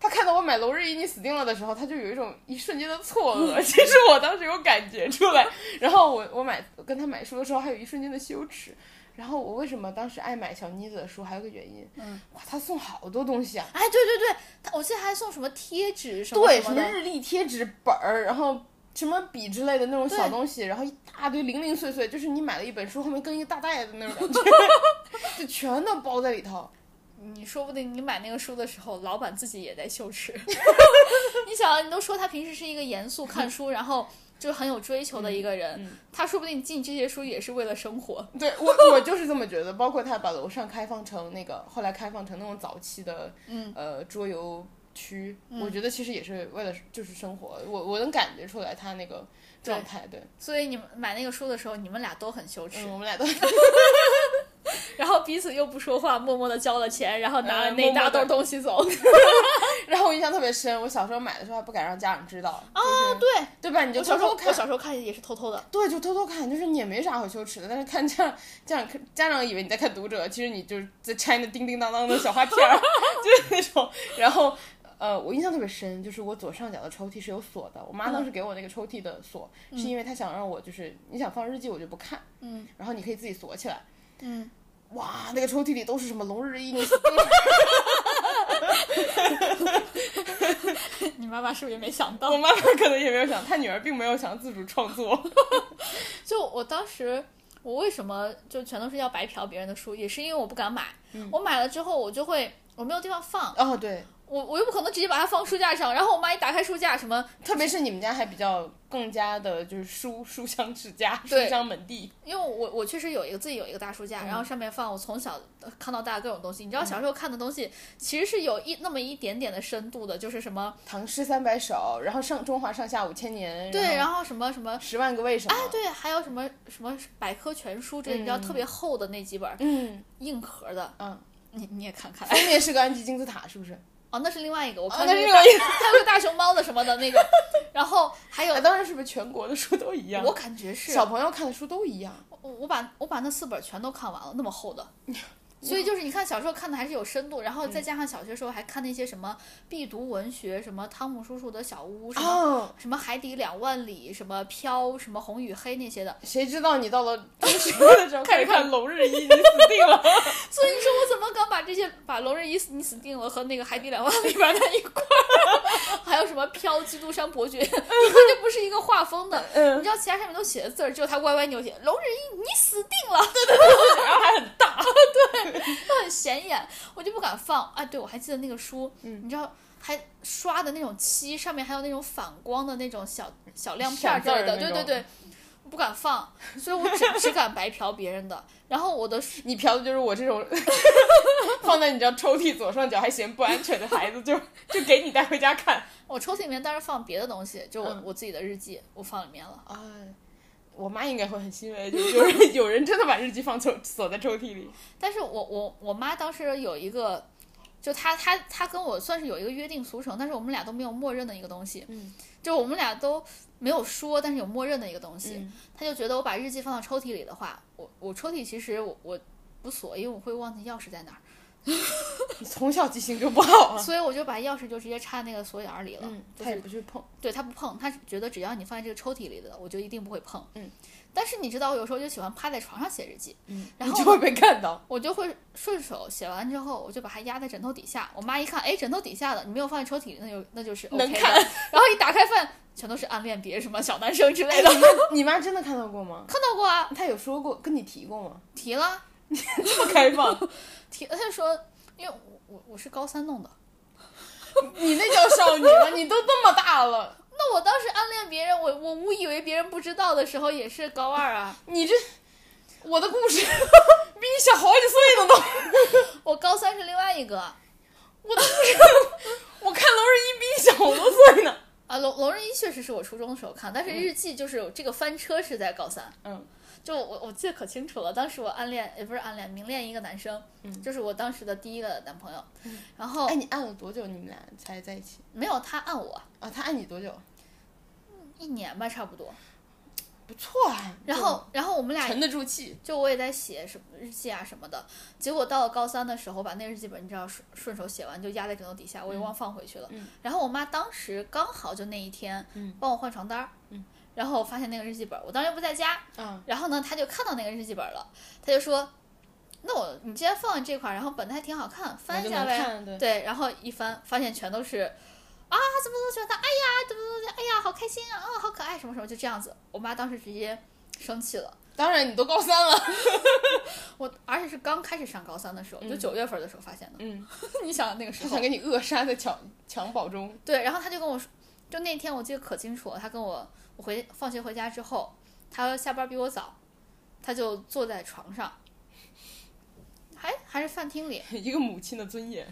S2: 他看到我买《龙日一》你死定了的时候，他就有一种一瞬间的错愕，
S1: 嗯
S2: 其实我当时有感觉出来。然后我我买我跟他买书的时候，还有一瞬间的羞耻。然后我为什么当时爱买小妮子的书，还有个原因，
S1: 嗯，
S2: 哇，他送好多东西啊，
S1: 哎，对对对，他我记得还送什么贴纸什么
S2: 对，
S1: 什
S2: 什
S1: 么
S2: 么
S1: 的，
S2: 日历、贴纸、本儿，然后什么笔之类的那种小
S1: 对
S2: 东西，然后一大堆零零碎碎，就是你买了一本书，后面跟一个大袋子那种 感觉，就全都包在里头。
S1: 你说不定你买那个书的时候，老板自己也在羞 耻。你想，你都说他平时是一个严肃看书，然后就是很有追求的一个人，他说不定进这些书也是为了生活。
S2: 对 我，我就是这么觉得。包括他把楼上开放成那个，后来开放成那种早期的，
S1: 嗯
S2: 呃，桌游区，我觉得其实也是为了就是生活，我我能感觉出来他那个状态。对，
S1: 所以你们买那个书的时候，你们俩都很羞耻，
S2: 嗯，我们俩都
S1: 然后彼此又不说话，默默的交了钱，然后拿了
S2: 嗯
S1: 那一大
S2: 默默
S1: 兜
S2: 地
S1: 东西走。
S2: 然后我印象特别深，我小时候买的时候还不敢让家长知道，啊，就是、
S1: 对，
S2: 对吧？你就
S1: 我小
S2: 偷
S1: 时候
S2: 偷
S1: 我
S2: 看，
S1: 小时候看也是偷偷的。
S2: 对，就偷偷看，就是你也没啥好羞耻的，但是看家长家长看家长以为你在看读者，其实你就是在拆那叮叮当当的小花片儿， 就是那种。然后呃，我印象特别深，就是我左上角的抽屉是有锁的，我妈当时给我那个抽屉的锁，是因为她想让我就是你想放日记我就不看，
S1: 嗯
S2: 然后你可以自己锁起来。
S1: 嗯，
S2: 哇，那个抽屉里都是什么龙日一，你 死定了
S1: 你妈妈是不是也没想到
S2: 我？妈妈可能也没有想，她女儿并没有想自主创作。
S1: 就我当时，我为什么就全都是要
S2: 嗯
S1: 白嫖别人的书，也是因为我不敢买。我买了之后，我就会我没有地方放，
S2: 哦，对，
S1: 我我又不可能直接把它放书架上，然后我妈一打开书架，什么
S2: 特别是你们家还比较更加的就是书书香世家，书
S1: 对
S2: 香门第。
S1: 因为我我确实有一个自己有一个大书架，
S2: 嗯
S1: 然后上面放我从小呃看到大的各种东西。你知道小时候看的东西其实是有一那么一点点的深度的，就是什么
S2: 唐诗三百首，然后上中华上下五千年，
S1: 对，
S2: 然
S1: 然
S2: 后啊
S1: 后什么什么。
S2: 十万个为什么，
S1: 哎，对，还有什么什么百科全书之类，你知道特别厚的那几本儿
S2: 嗯
S1: 硬壳的，
S2: 嗯，
S1: 你你也看看。
S2: 封面是个安吉金字塔，是不是？
S1: 哦，那是另外一个，我
S2: 哦
S1: 看
S2: 那
S1: 那
S2: 是
S1: 个大、
S2: 另外
S1: 还有个大熊猫的什么的那 个，然后还有
S2: 哎，当时是不是全国的书都一样？
S1: 我感觉是
S2: 小朋友看的书都一样，
S1: 我我把我把那四本全都看完了，那么厚 的。所以就是你看小时候看的还是有深度，然后再加上小学时候还看那些什么必读文学，什么汤姆叔叔的小屋，什么、
S2: 哦，
S1: 什么海底两万里，什么飘，什么红与黑那些的。
S2: 谁知道你到了中学的时候 开始看《龙日一》，你死定了。
S1: 所以你说我怎么敢把这些把《龙人已死你死定了》和那个海底两万里玩在一块儿？ 还有什么飘基督山 伯爵，你根本就不是一个画风的。你
S2: 嗯，
S1: 知道其他上面都写的字儿，只有他歪歪扭写“龙人一，你死定了”，
S2: 然后还很大，
S1: 都很显眼，我就不敢放。啊，对，我还记得那个书，
S2: 嗯
S1: 你知道还刷的那种漆，上面还有那种反光的那种小小亮片
S2: 闪
S1: 儿之类
S2: 字儿
S1: 的，
S2: 那
S1: 对
S2: 种
S1: 对对，我不敢放，所以我只只敢白嫖别人的。然后我的书
S2: 你嫖的就是我这种 放在你这抽屉左上角还嫌不安全的孩子，就就给你带回家看。
S1: 我抽屉里面当然放别的东西，就我、
S2: 嗯
S1: 我自己的日记，我放里面了。
S2: 啊，我妈应该会很欣慰，就有人 有人真的把日记放抽锁在抽屉里。
S1: 但是我我我妈当时有一个，就她她她跟我算是有一个约定俗成，但是我们俩都没有默认的一个东西，
S2: 嗯，
S1: 就我们俩都没有说，但是有默认的一个东西。
S2: 嗯
S1: 她就觉得我把日记放到抽屉里的话，我我抽屉其实我我不锁，因为我会忘记钥匙在哪儿，
S2: 你从小记性就不好啊。
S1: 所以我就把钥匙就直接插那个锁眼儿里了。
S2: 嗯，
S1: 就
S2: 她也
S1: 是
S2: 不去碰。
S1: 对她不碰，她觉得只要你放在这个抽屉里的，我就一定不会碰。
S2: 嗯，
S1: 但是你知道，我有时候就喜欢趴在床上写日记，
S2: 嗯，
S1: 然后
S2: 你就会被看到。
S1: 我就会顺手写完之后，我就把它压在枕头底下。我妈一看，哎，枕头底下的你没有放在抽屉里，那就那就是 OK
S2: 能
S1: 的。
S2: 看
S1: 然后一打开饭，全都是暗恋别人什么小男生之类的，
S2: 你妈，你妈真的看到过吗？
S1: 看到过啊，
S2: 她有说过跟你提过吗？
S1: 提了
S2: 这么开放，
S1: 提，他就说，因为我我我是高三弄的，
S2: 你那叫少女吗？你都这么大了，
S1: 那我当时暗恋别人，我我误以为别人不知道的时候也是高二啊，
S2: 你这我的故事比你小好几岁呢都。
S1: 我高三是另外一个。
S2: 我看楼是一比你小好多岁呢。
S1: 啊，龙龙人一确实是我初中的时候看，但是日记就是这个翻车是在高三，
S2: 嗯，
S1: 就我我记得可清楚了，当时我暗恋呃也不是暗恋，明恋一个男生，
S2: 嗯
S1: 就是我当时的第一个男朋友，然后
S2: 哎，你按了多久你们俩才在一起？
S1: 没有他暗我
S2: 啊，他按你多久？
S1: 一年吧，差不多。
S2: 不错啊。
S1: 然后然后我们
S2: 就
S1: 俩
S2: 沉得住气。
S1: 就我也在写什么日记啊什么的，结果到了高三的时候，我把那日记本你知道顺顺手写完就压在枕头底下，我也忘放回去了。
S2: 嗯
S1: 然后我妈当时刚好就那一天，
S2: 嗯
S1: 帮我换床单儿，
S2: 嗯
S1: 然后我发现那个日记本，我当时不在家，
S2: 嗯
S1: 然后呢，他就看到那个日记本了，他就说：“那我你既然放在这块儿，然后本子还挺好看，翻一下
S2: 我就能
S1: 呗。
S2: 看对
S1: 对，然后一翻，发现全都是啊，怎么怎么喜欢他，哎呀，怎么怎么怎么，哎呀，好开心啊，啊、好可爱，什么什么，就这样子。我妈当时直接生气了，
S2: 当然你都高三了。
S1: 我而且是刚开始上高三的时候，就
S2: 嗯
S1: 九月份的时候发现的。
S2: 嗯，
S1: 你想想那个时
S2: 他
S1: 候
S2: 想，给你扼杀在襁襁褓中。
S1: 对，然后他就跟我说，就那天我记得可清楚了，他跟我我回放学回家之后，他下班比我早，他就坐在床上，还还是饭厅里。
S2: 一个母亲的尊严。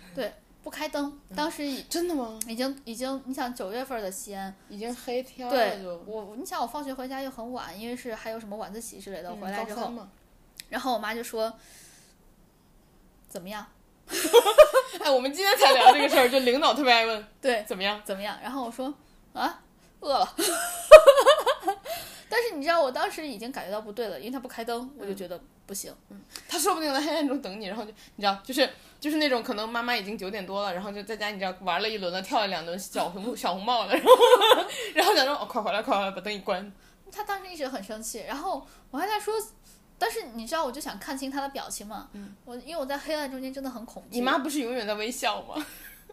S1: 不开灯，
S2: 嗯
S1: 当时已
S2: 真的吗？
S1: 已经已经，你想九月份的西安，
S2: 已经黑天了
S1: 对
S2: 就。
S1: 我，你想我放学回家又很晚，因为是还有什么晚自习之类的，
S2: 嗯
S1: 回来之
S2: 高
S1: 后
S2: 三，嘛，
S1: 然后我妈就说，怎么样？
S2: 哎，我们今天才聊这个事儿，就 领导特别爱问
S1: 对，
S2: 怎么样。
S1: 怎么样？然后我说啊，饿了。 但是你知道，我当时已经感觉到不对了，因为他不开灯，我就
S2: 嗯
S1: 觉得不行。
S2: 他说不定在黑暗中等你，然后就你知道，就是就是那种可能妈妈已经九点多了，然后就在家你知道玩了一轮了，跳了两轮小红 小红帽了，然后然后想说哦快回来快回来把灯一关，
S1: 他当时一直很生气，然后我还在说，但是你知道，我就想看清他的表情嘛。
S2: 嗯
S1: 我因为我在黑暗中间真的很恐惧。
S2: 你妈不是永远在微笑吗？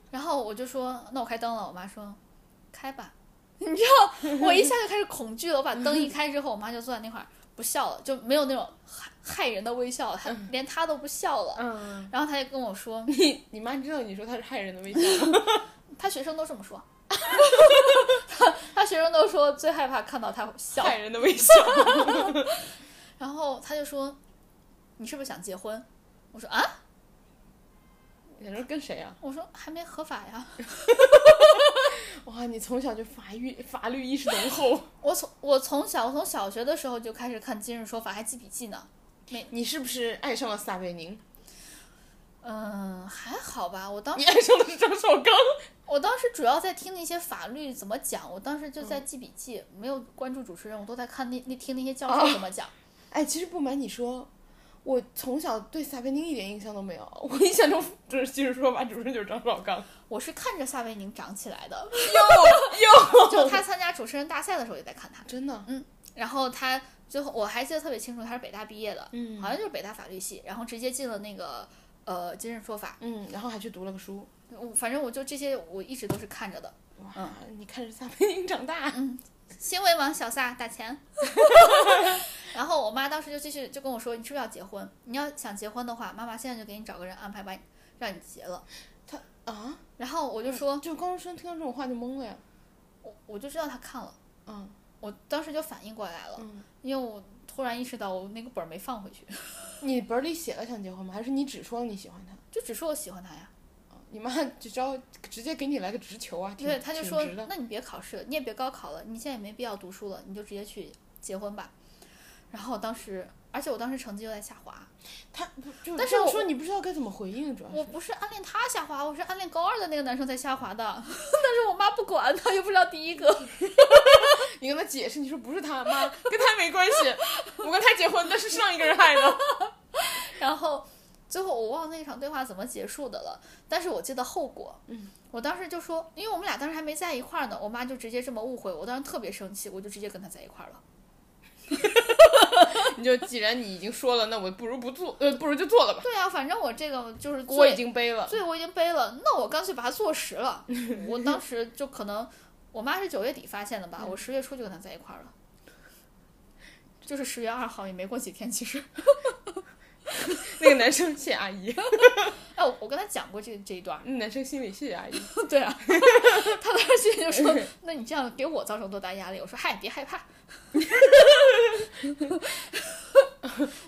S1: 然后我就说那我开灯了，我妈说 开吧。你知道，我一下就开始恐惧了。我把灯一开之后，我妈就坐在那块儿，不笑了，就没有那种害害人的微笑，他连他都不笑了。
S2: 嗯，
S1: 然后他就跟我说，
S2: 你你妈知道你说她是害人的微笑吗？
S1: 他学生都这么说，他他学生都说最害怕看到他笑。
S2: 害人的微笑，
S1: 然后他就说，你是不是想结婚？我说啊，
S2: 你说跟谁啊？
S1: 我说还没合法呀。
S2: 哇，你从小就法律法律意识浓厚，
S1: 我从我从小我从小学的时候就开始看《今日说法》，还记笔记呢。
S2: 你是不是爱上了撒贝宁？
S1: 嗯，还好吧。我当
S2: 你爱上的是张绍刚？
S1: 我当时主要在听那些法律怎么讲，我当时就
S2: 嗯
S1: 在记笔记，没有关注主持人，我都在看那那听那些教
S2: 哦
S1: 授怎么讲。
S2: 哎，其实不瞒你说，我从小对撒贝宁一点印象都没有，我印象中就是今日说法主持人就是张绍刚。
S1: 我是看着撒贝宁长起来的，
S2: 哟哟，
S1: 就他参加主持人大赛的时候也在看他，
S2: 真的，
S1: 然后他最后我还记得特别清楚，他是北大毕业的，
S2: 嗯
S1: 好像就是北大法律系，然后直接进了那个呃今日说法。
S2: 嗯，然后还去读了个书。
S1: 我反正我就这些我一直都是看着的。嗯
S2: 哇，你看着撒贝宁长大，
S1: 新闻王小撒打钱。然后我妈当时就继续就跟我说：“你是不是要结婚？你要想结婚的话，妈妈现在就给你找个人安排把你让你结了。
S2: 他啊，”
S1: 然后我就说
S2: 就高中生听到这种话就懵了呀。：“
S1: 我我就知道他看了。
S2: 嗯”
S1: 我当时就反应过来了，
S2: 嗯，
S1: 因为我突然意识到我那个本儿没放回去，
S2: 你本儿里写了想结婚吗？还是你只说了你喜欢他？
S1: 就只说我喜欢他呀。
S2: 哦你妈就招直接给你来个直球啊！挺
S1: 对，他就说
S2: 挺直：“的
S1: 那你别考试了，你也别高考了，你现在也没必要读书了，你就直接去结婚吧。”然后我当时，而且我当时成绩又在下滑，
S2: 他不就
S1: 但是
S2: 这样
S1: 我
S2: 说你不知道该怎么回应，主要
S1: 我
S2: 是
S1: 不是暗恋他下滑，我是暗恋高二的那个男生在下滑的， 但是我妈不管，她又不知道第一个。
S2: 你跟他解释，你说不是他妈，跟他没关系，我跟他结婚，但是上一个人害的。
S1: 然后最后我忘了那场对话怎么结束的了，但是我记得后果。
S2: 嗯，
S1: 我当时就说，因为我们俩当时还没在一块儿呢，我妈就直接这么误会，我当时特别生气，我就直接跟他在一块儿了。
S2: 你就既然你已经说了，那我不如不做，呃，不如就做了吧。
S1: 对啊，反正我这个就是
S2: 锅
S1: 罪
S2: 已经背 了，
S1: 罪我已经背了，那我干脆把它坐实了。我当时就可能，我妈是九月底发现的吧，我十月初就跟他在一块儿了。就是十月二号，也没过几天，其实。
S2: 那个男生谢阿姨，
S1: 哎，我我跟他讲过这这一段儿，
S2: 那男生心里谢谢阿姨。
S1: 对啊， 他当时就说：“那你这样给我造成多大压力？”我说：“嗨，别害怕，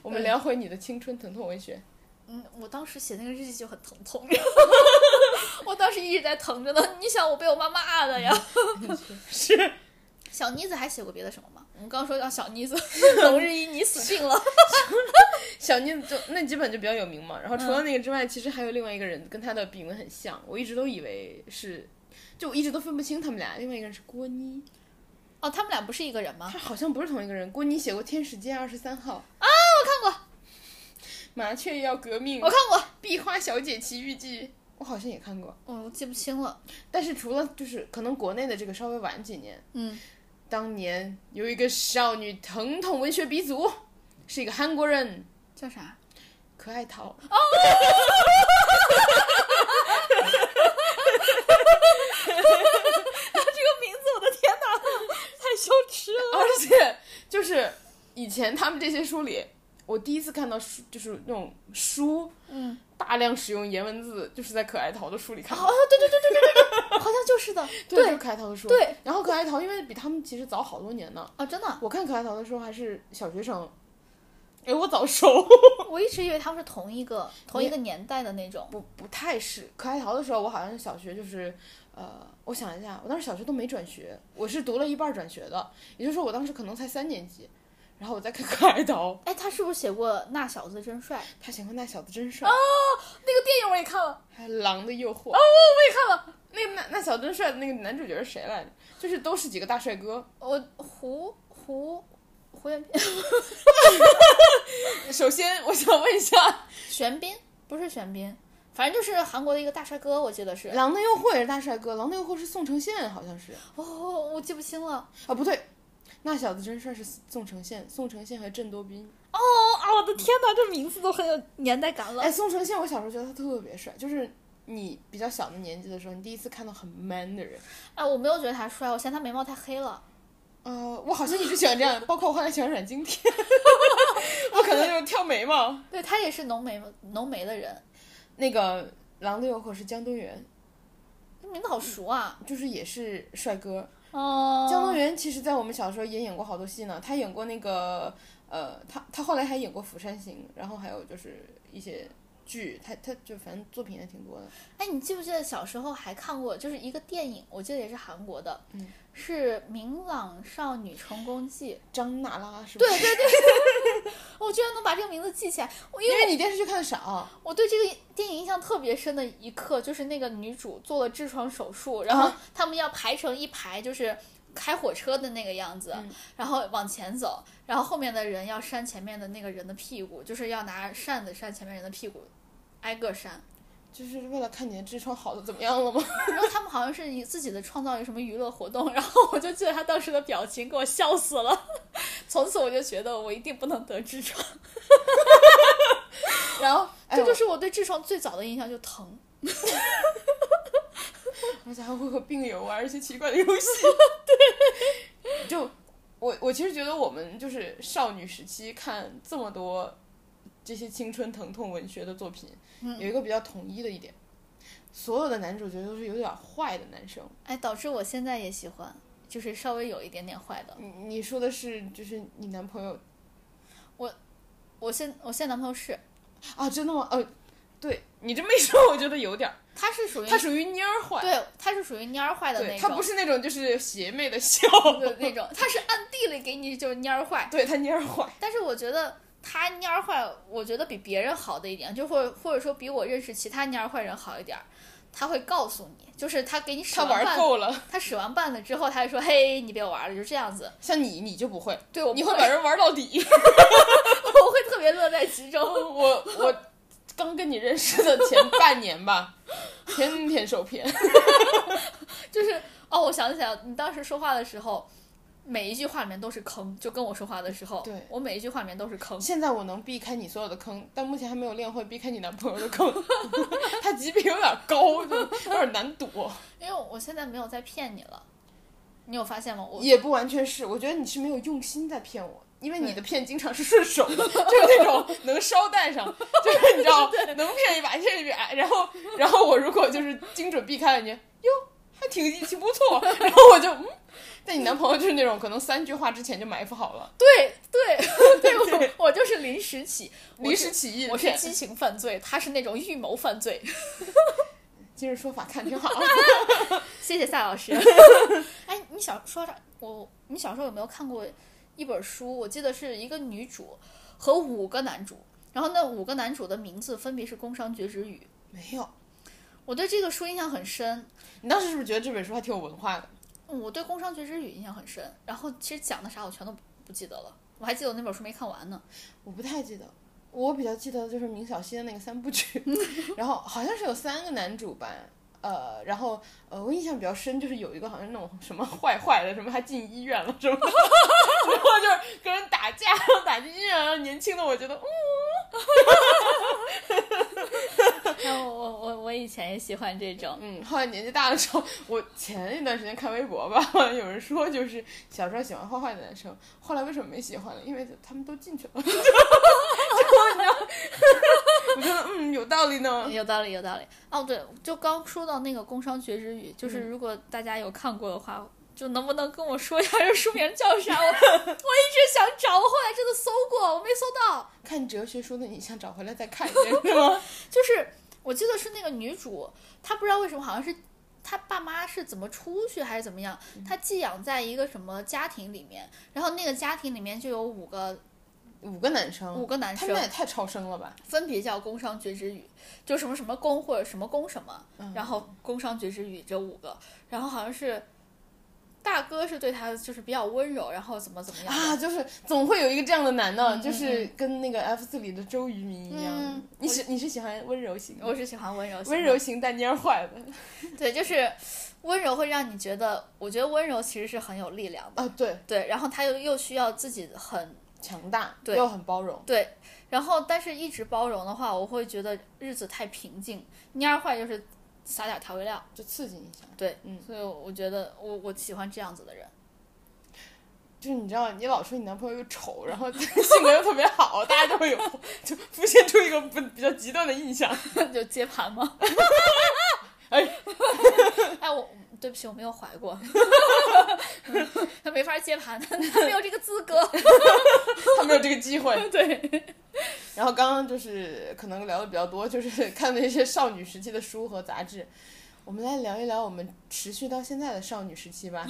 S2: 我们聊回你的青春疼痛文学，
S1: 嗯，我当时写那个日记就很疼痛， 我当时一直在疼着呢。你想，我被我妈骂的呀。
S2: 是
S1: 小妮子还写过别的什么吗？我们刚说到小妮子，龙日一你死定了，
S2: 小妮子就那几本就比较有名嘛。然后除了那个之外，其实还有另外一个人跟他的笔名很像，我一直都以为是，就我一直都分不清他们俩。另外一个人是郭妮，
S1: 哦，他们俩不是一个人吗？
S2: 他好像不是同一个人。郭妮写过《天使街二十三号》啊，我
S1: 看
S2: 过。麻雀要革命，
S1: 我看过，
S2: 《壁花小姐奇遇记》，我好像也看过。
S1: 哦我、记不清了。
S2: 但是除了就是可能国内的这个稍微晚几年，
S1: 嗯，
S2: 当年有一个少女疼痛文学鼻祖，是一个韩国人，
S1: 叫啥？
S2: 可爱桃。
S1: 这个名字，我的天哪， 太羞耻了。
S2: 而且就是以前他们这些书里，我第一次看到书就是那种书
S1: 嗯，
S2: 大量使用颜文字，就是在可爱桃的书里看到
S1: 哦，对对对对对对对，好像就是的。
S2: 对，就是可爱桃的书。
S1: 对，
S2: 然后可爱桃因为比他们其实早好多年呢，
S1: 哦，真的。
S2: 我看可爱桃的时候还是小学生，哎，我早熟。
S1: 我一直以为他们是同一个同一个年代的那种。
S2: 不不太是可爱淘的时候，我好像是小学就是，呃，我想一下，我当时小学都没转学，我是读了一半儿转学的，也就是说我当时可能才三年级，然后我再看 可爱淘，
S1: 哎，他是不是写过《那小子真帅》
S2: 他喜欢那小子真帅，
S1: 那个电影？我也看了，
S2: 还有狼的诱哦惑，哦，我也看了，那个那那小子真帅的那个男主角是谁来着？就是都是几个大帅哥，
S1: 我胡胡胡彦斌、
S2: 首先我想问一下，
S1: 玄彬不是玄彬，反正就是韩国的一个大帅哥，我记得是。
S2: 狼的诱惑也是大帅哥，狼的诱惑是宋承宪好像是，
S1: 哦，我记不清了。
S2: 啊不对，那小子真帅是宋承宪，宋承宪和郑多彬。
S1: 哦啊，我的天哪，这名字都很有年代感了
S2: 哎，宋承宪，我小时候觉得他特别帅，就是你比较
S1: 啊
S2: 小的年纪的时候，你第一次看到很 man 的人。
S1: 哎，我没有觉得他帅，我嫌他眉毛太黑了。
S2: 呃，我好像一直喜欢这样，包括我后来喜欢阮经天， 我可能就是挑眉毛。
S1: 对他也是浓眉浓眉的人，
S2: 那个《狼的诱惑》是江东元，
S1: 这名字
S2: 嗯
S1: 好熟啊。
S2: 就是也是帅哥。
S1: 哦，
S2: 江东元其实，在我们小时候也演过好多戏呢，他演过那个呃，他他后来还演过《釜山行》，然后还有就是一些剧，他他就反正作品也挺多的。
S1: 哎，你记不记得小时候还看过，就是一个电影，我记得也是韩国的，
S2: 嗯
S1: 是《明朗少女成功记
S2: 张娜拉是不是？对对对，》。
S1: 我居然能把这个名字记起来，我因
S2: 因
S1: 为
S2: 为你电视剧看的少，
S1: 我对这个电影印象特别深的一刻，就是那个女主做了痔疮手术，然后
S2: 啊
S1: 他们要排成一排，就是。开火车的那个样子，
S2: 嗯
S1: 然后往前走，然后后面的人要扇前面的那个人的屁股，就是要拿扇子扇前面人的屁股，挨个扇。
S2: 就是为了看你的痔疮好的怎么样了吗？
S1: 然后他们好像是以自己的创造一个什么娱乐活动，然后我就记得他当时的表情，给我笑死了。 从此我就觉得我一定不能得痔疮，
S2: 然后，
S1: 这就是是我对痔疮最早的印象，就疼。
S2: 而且还会和病友玩一些奇怪的游 戏。对，就我我其实觉得我们就是少女时期看这么多这些青春疼痛文学的作品，
S1: 嗯
S2: 有一个比较统一的一点，所有的男主角都是有点坏的男生。
S1: 哎，导致我现在也喜欢，就是稍微有一点点坏的。
S2: 你你说的是就是你男朋友
S1: 我现我现在男朋友是，
S2: 啊？真的吗？呃，对你这么一说，我觉得有点儿，
S1: 他是属于
S2: 他属于蔫儿坏。
S1: 对，他是属于蔫儿坏的
S2: 对
S1: 那
S2: 他不
S1: 种。
S2: 是那种就是邪 魅的笑，
S1: 的那种，他是暗地里给你就是蔫儿坏，
S2: 对他蔫儿坏。
S1: 但是我觉得他蔫儿坏，我觉得比别人好的一点，就或者或者说比我认识其他蔫儿坏人好一点儿。他会告诉你，就是他给你使
S2: 他
S1: 完
S2: 玩
S1: 绊，
S2: 够了，
S1: 他使完绊了之后，他就说：“嘿，你别玩了。”就这样子。
S2: 像你，你就不会，
S1: 对，我
S2: 你
S1: 不
S2: 会
S1: 会
S2: 把，人玩到底。
S1: 我会特别乐在其中。
S2: 我我刚跟你认识的前半年吧，天天受骗。
S1: 就是哦，我想起来了，你当时说话的时候，每一句话里面都是坑，就跟我说话的时候，
S2: 对
S1: 我每一句话里面都是坑。
S2: 现在我能避开你所有的坑，但目前还没有练会避开你男朋友的坑， 他级别有点高，就有点难躲。
S1: 因为我现在没有在骗你了，你有发现吗？我
S2: 也不完全是，我觉得你是没有用心在骗我。因为你的骗经常是顺手的，就是那种能捎带上， 就是你知道能骗一把骗一把，然后然后我如果就是精准避开了你，哟还挺运气不错，然后我就嗯，但你男朋友就是那种可能三句话之前就埋伏好了，
S1: 对 对对，我我就是临时起，我
S2: 临
S1: 是
S2: 时起意
S1: 我是
S2: 骗
S1: 激情犯罪，他是那种预谋犯罪。
S2: 今日说法看挺好，
S1: 谢谢赛老师。 哎，你小说啥？我你小时候有没有看过一本书？我记得是一个女主和五个男主，然后那五个男主的名字分别是工商绝职语。
S2: 没有，
S1: 我对这个书印象很深，嗯
S2: 你当时是不是觉得这本书还挺有文化的？
S1: 我对工商绝职语印象很深。然后其实讲的啥我全都不不记得了，我还记得我那本书没看完 呢。
S2: 我不太记得，我比较记得的就是明晓溪的那个三部曲，然后好像是有三个男主吧。呃，然后呃，我印象比较深，就是有一个好像那种什么坏坏的，什么还进医院了什么， 然后就是跟人打架，然后打进医院，然后年轻的我觉得，嗯，
S1: 哎，我我我我以前也喜欢这种。
S2: 嗯，后来年纪大了之后，我前一段时间看微博吧，好像有人说就是小时候喜欢坏坏的男生，后来为什么没喜欢了？因为他们都进去了，就 就你知道 我觉得嗯有道理呢。
S1: 有道理，有道理。哦，对，就刚说到那个《工商绝之语》，就是如果大家有看过的话，就能不能跟我说一下这书名叫 啥？我我一直想找，我后来真的搜过，我没搜到。
S2: 看哲学书的你想找回来再看一遍是 吗？
S1: 就是我记得是那个女主，她不知道为什么好像是。她爸妈是怎么出去还是怎么样？
S2: 嗯
S1: 她寄养在一个什么家庭里面，然后那个家庭里面就有五个
S2: 五个男生，
S1: 五个男
S2: 他
S1: 生，
S2: 嗯们也太超生了吧？
S1: 分别叫工商绝之语，就什么什么工或者什么工什么，
S2: 嗯
S1: 然后工商绝之语这五个，然后好像是大哥是对他就是比较温柔，然后怎么怎么样的
S2: 啊，就是总会有一个这样的男的，
S1: 嗯
S2: 就是跟那个 F 四里的周渝民一样。
S1: 嗯
S2: 你喜你是喜欢温柔型的，
S1: 我是喜欢温柔型的，
S2: 温柔型但蔫坏的
S1: 对，就是温柔会让你觉得，我觉得温柔其实是很有力量的，
S2: 啊，对，
S1: 对，然后他又又需要自己很
S2: 强大
S1: 对
S2: 又很包容。
S1: 对，然后但是一直包容的话，我会觉得日子太平静，蔫儿坏就是撒点调味料，
S2: 就刺激一下。
S1: 对，
S2: 嗯
S1: 所以我觉得我我喜欢这样子的人，
S2: 就是你知道，你老说你男朋友又丑，然后 性格又特别好，大家都会有 就浮现出一个不比较极端的印象。
S1: 就接盘吗？
S2: 哎，
S1: 哎，我对不起，我没有怀过， 嗯他没法接盘，他他没有这个资格。
S2: 他没有这个机会。
S1: 对，
S2: 然后刚刚就是可能聊的比较多，就是 看的一些少女时期的书和杂志。我们来聊一聊我们持续到现在的少女时期吧。